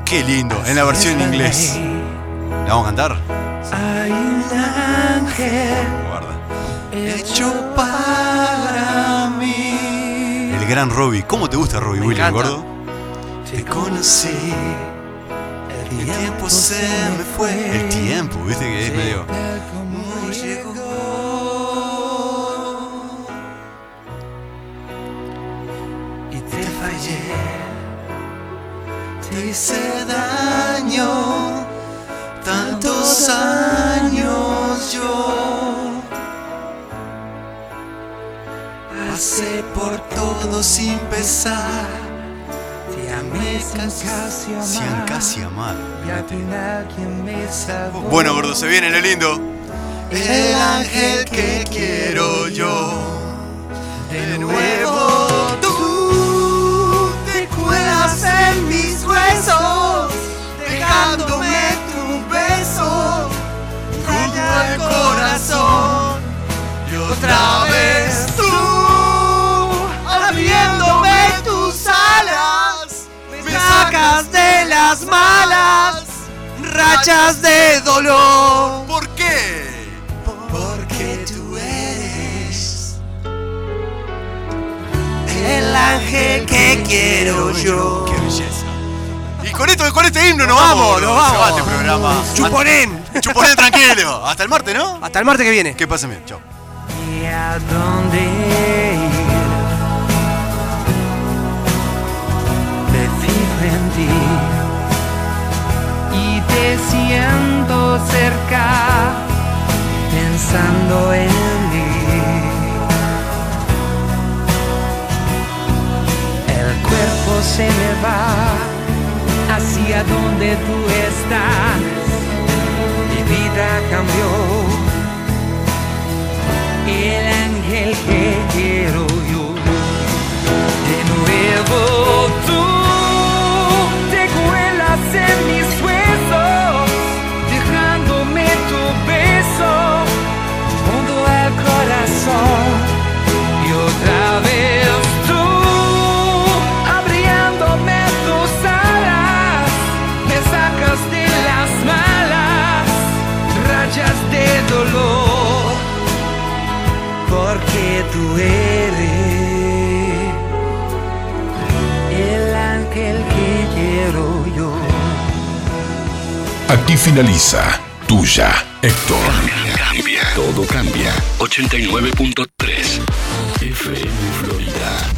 E: Qué lindo. En la versión en inglés. ¿La vamos a cantar?
F: Hay un ángel
E: Guarda.
F: hecho para mí.
E: El gran Robbie. ¿Cómo te gusta Robbie
D: Me
E: Williams,
D: encanta.
E: gordo?
F: Te conocí, el tiempo se me fue.
E: El tiempo, viste que es medio.
F: Como llegó y te fallé, te hice daño, tantos años amando sin pesar. Te amé sin casi amar.
E: Sean casi amar.
F: Y al final quien me salvó.
E: Bueno, gordo, se viene lo lindo.
F: El ángel que quiero yo. De nuevo tú te cuelas en mis huesos, dejándome tu beso junto al corazón. Y otra vez tú, abriéndome tus alas, me sacas de las malas rachas de dolor.
E: ¿Por qué?
F: Porque tú eres el ángel que quiero yo.
E: Qué belleza. Y con esto, con este himno nos vamos, nos vamos. Se va este programa.
D: ¡Chuponén!
E: Chuponé tranquilo. Hasta el martes, ¿no?
D: Hasta el martes que viene.
E: Que pasen bien. Chao.
F: ¿Y a dónde ir? Te fijo en ti y te siento cerca pensando en mí. El cuerpo se me va hacia donde tú estás. Mi vida cambió el ángel que quiero yo. De nuevo tú te cuelas en mis huesos, dejándome tu beso junto al corazón. Y otra vez tú, abriéndome tus alas, me sacas de las malas rayas de dolor porque tú eres el ángel que quiero yo.
B: Aquí finaliza Tuya, Héctor.
A: Cambia, todo cambia. 89.3 FM Florida.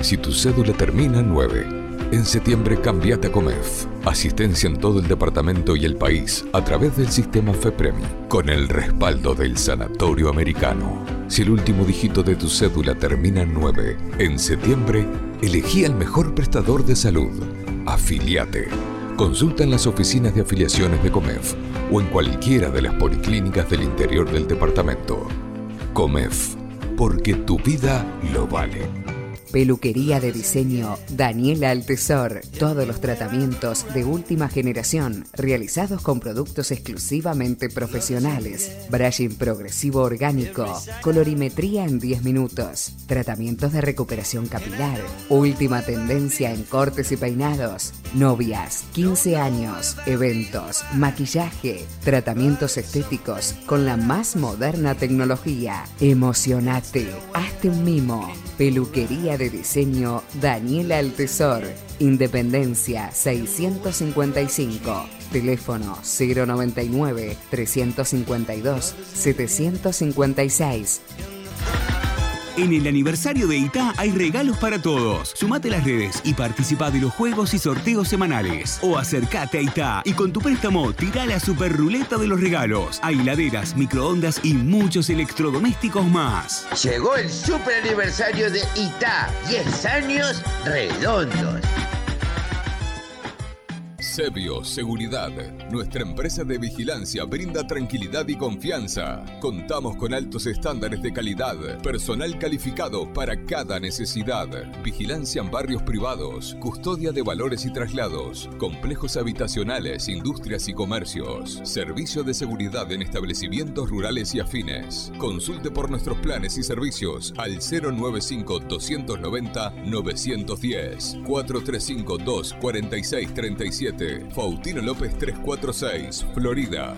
J: Si tu cédula termina en 9, en septiembre cambiate a Comef. Asistencia en todo el departamento y el país a través del sistema FEPREMI, con el respaldo del Sanatorio Americano. Si el último dígito de tu cédula termina en 9, en septiembre elegí al mejor prestador de salud. Afiliate. Consulta en las oficinas de afiliaciones de Comef o en cualquiera de las policlínicas del interior del departamento. Comef, porque tu vida lo vale.
K: Peluquería de diseño Daniela Altesor. Todos los tratamientos de última generación realizados con productos exclusivamente profesionales. Brushing progresivo orgánico. Colorimetría en 10 minutos. Tratamientos de recuperación capilar. Última tendencia en cortes y peinados. Novias, 15 años, eventos, maquillaje, tratamientos estéticos con la más moderna tecnología. Emocionate. Hazte un mimo. Peluquería de diseño Daniela Altesor. Independencia 655. Teléfono 099 352 756.
L: En el aniversario de ITA hay regalos para todos. Sumate a las redes y participa de los juegos y sorteos semanales. O acercate a ITA y con tu préstamo tira la super ruleta de los regalos. Hay heladeras, microondas y muchos electrodomésticos más.
H: Llegó el super aniversario de Ita, 10 años redondos.
J: Sebio Seguridad, nuestra empresa de vigilancia brinda tranquilidad y confianza. Contamos con altos estándares de calidad, personal calificado para cada necesidad, vigilancia en barrios privados, custodia de valores y traslados, complejos habitacionales, industrias y comercios, servicio de seguridad en establecimientos rurales y afines. Consulte por nuestros planes y servicios al 095 290 910 435 246 37 Faustino López 346 Florida.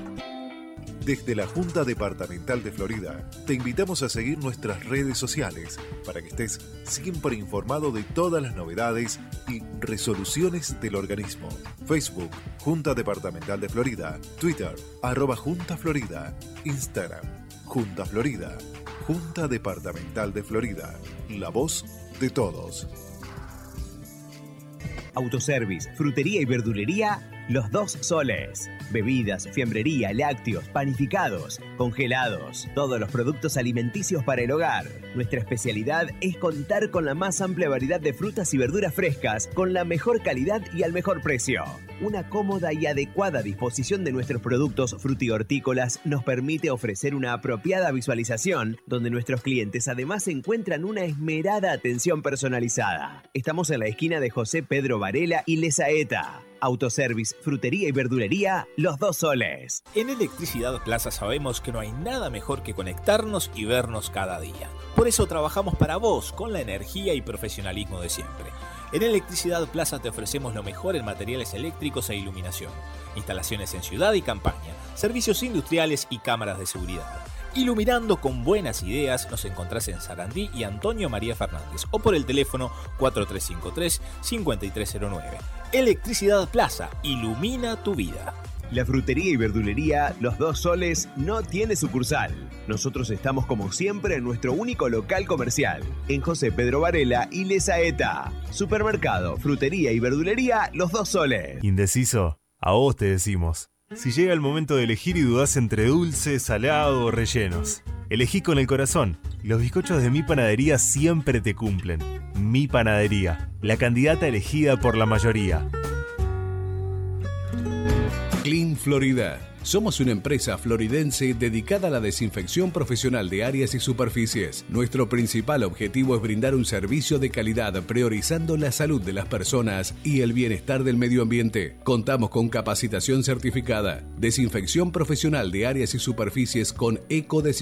M: Desde la Junta Departamental de Florida, te invitamos a seguir nuestras redes sociales para que estés siempre informado de todas las novedades y resoluciones del organismo. Facebook, Junta Departamental de Florida, Twitter, arroba Junta Florida, Instagram, Junta Florida, Junta Departamental de Florida, la voz de todos.
L: Autoservice, frutería y verdulería
N: Los Dos Soles. Bebidas, fiambrería, lácteos, panificados, congelados, todos los productos alimenticios para el hogar. Nuestra especialidad es contar con la más amplia variedad de frutas y verduras frescas, con la mejor calidad y al mejor precio. Una cómoda y adecuada disposición de nuestros productos frutihortícolas nos permite ofrecer una apropiada visualización, donde nuestros clientes además encuentran una esmerada atención personalizada. Estamos en la esquina de José Pedro Varela y Lezaeta. Autoservice, frutería y verdulería, los dos soles.
O: En Electricidad Plaza sabemos que no hay nada mejor que conectarnos y vernos cada día. Por eso trabajamos para vos con la energía y profesionalismo de siempre. En Electricidad Plaza te ofrecemos lo mejor en materiales eléctricos e iluminación, instalaciones en ciudad y campaña, servicios industriales y cámaras de seguridad. Iluminando con buenas ideas nos encontrás en Sarandí y Antonio María Fernández o por el teléfono 4353-5309. Electricidad Plaza, ilumina tu vida.
N: La frutería y verdulería Los Dos Soles no tiene sucursal. Nosotros estamos como siempre en nuestro único local comercial, en José Pedro Varela y Lezaeta. Supermercado, frutería y verdulería Los Dos Soles.
P: Indeciso, a vos te decimos. Si llega el momento de elegir y dudás entre dulce, salado o rellenos, elegí con el corazón. Los bizcochos de mi panadería siempre te cumplen. Mi panadería, la candidata elegida por la mayoría.
Q: Clean Florida. Somos una empresa floridense dedicada a la desinfección profesional de áreas y superficies. Nuestro principal objetivo es brindar un servicio de calidad priorizando la salud de las personas y el bienestar del medio ambiente. Contamos con capacitación certificada, desinfección profesional de áreas y superficies con ecodesinfección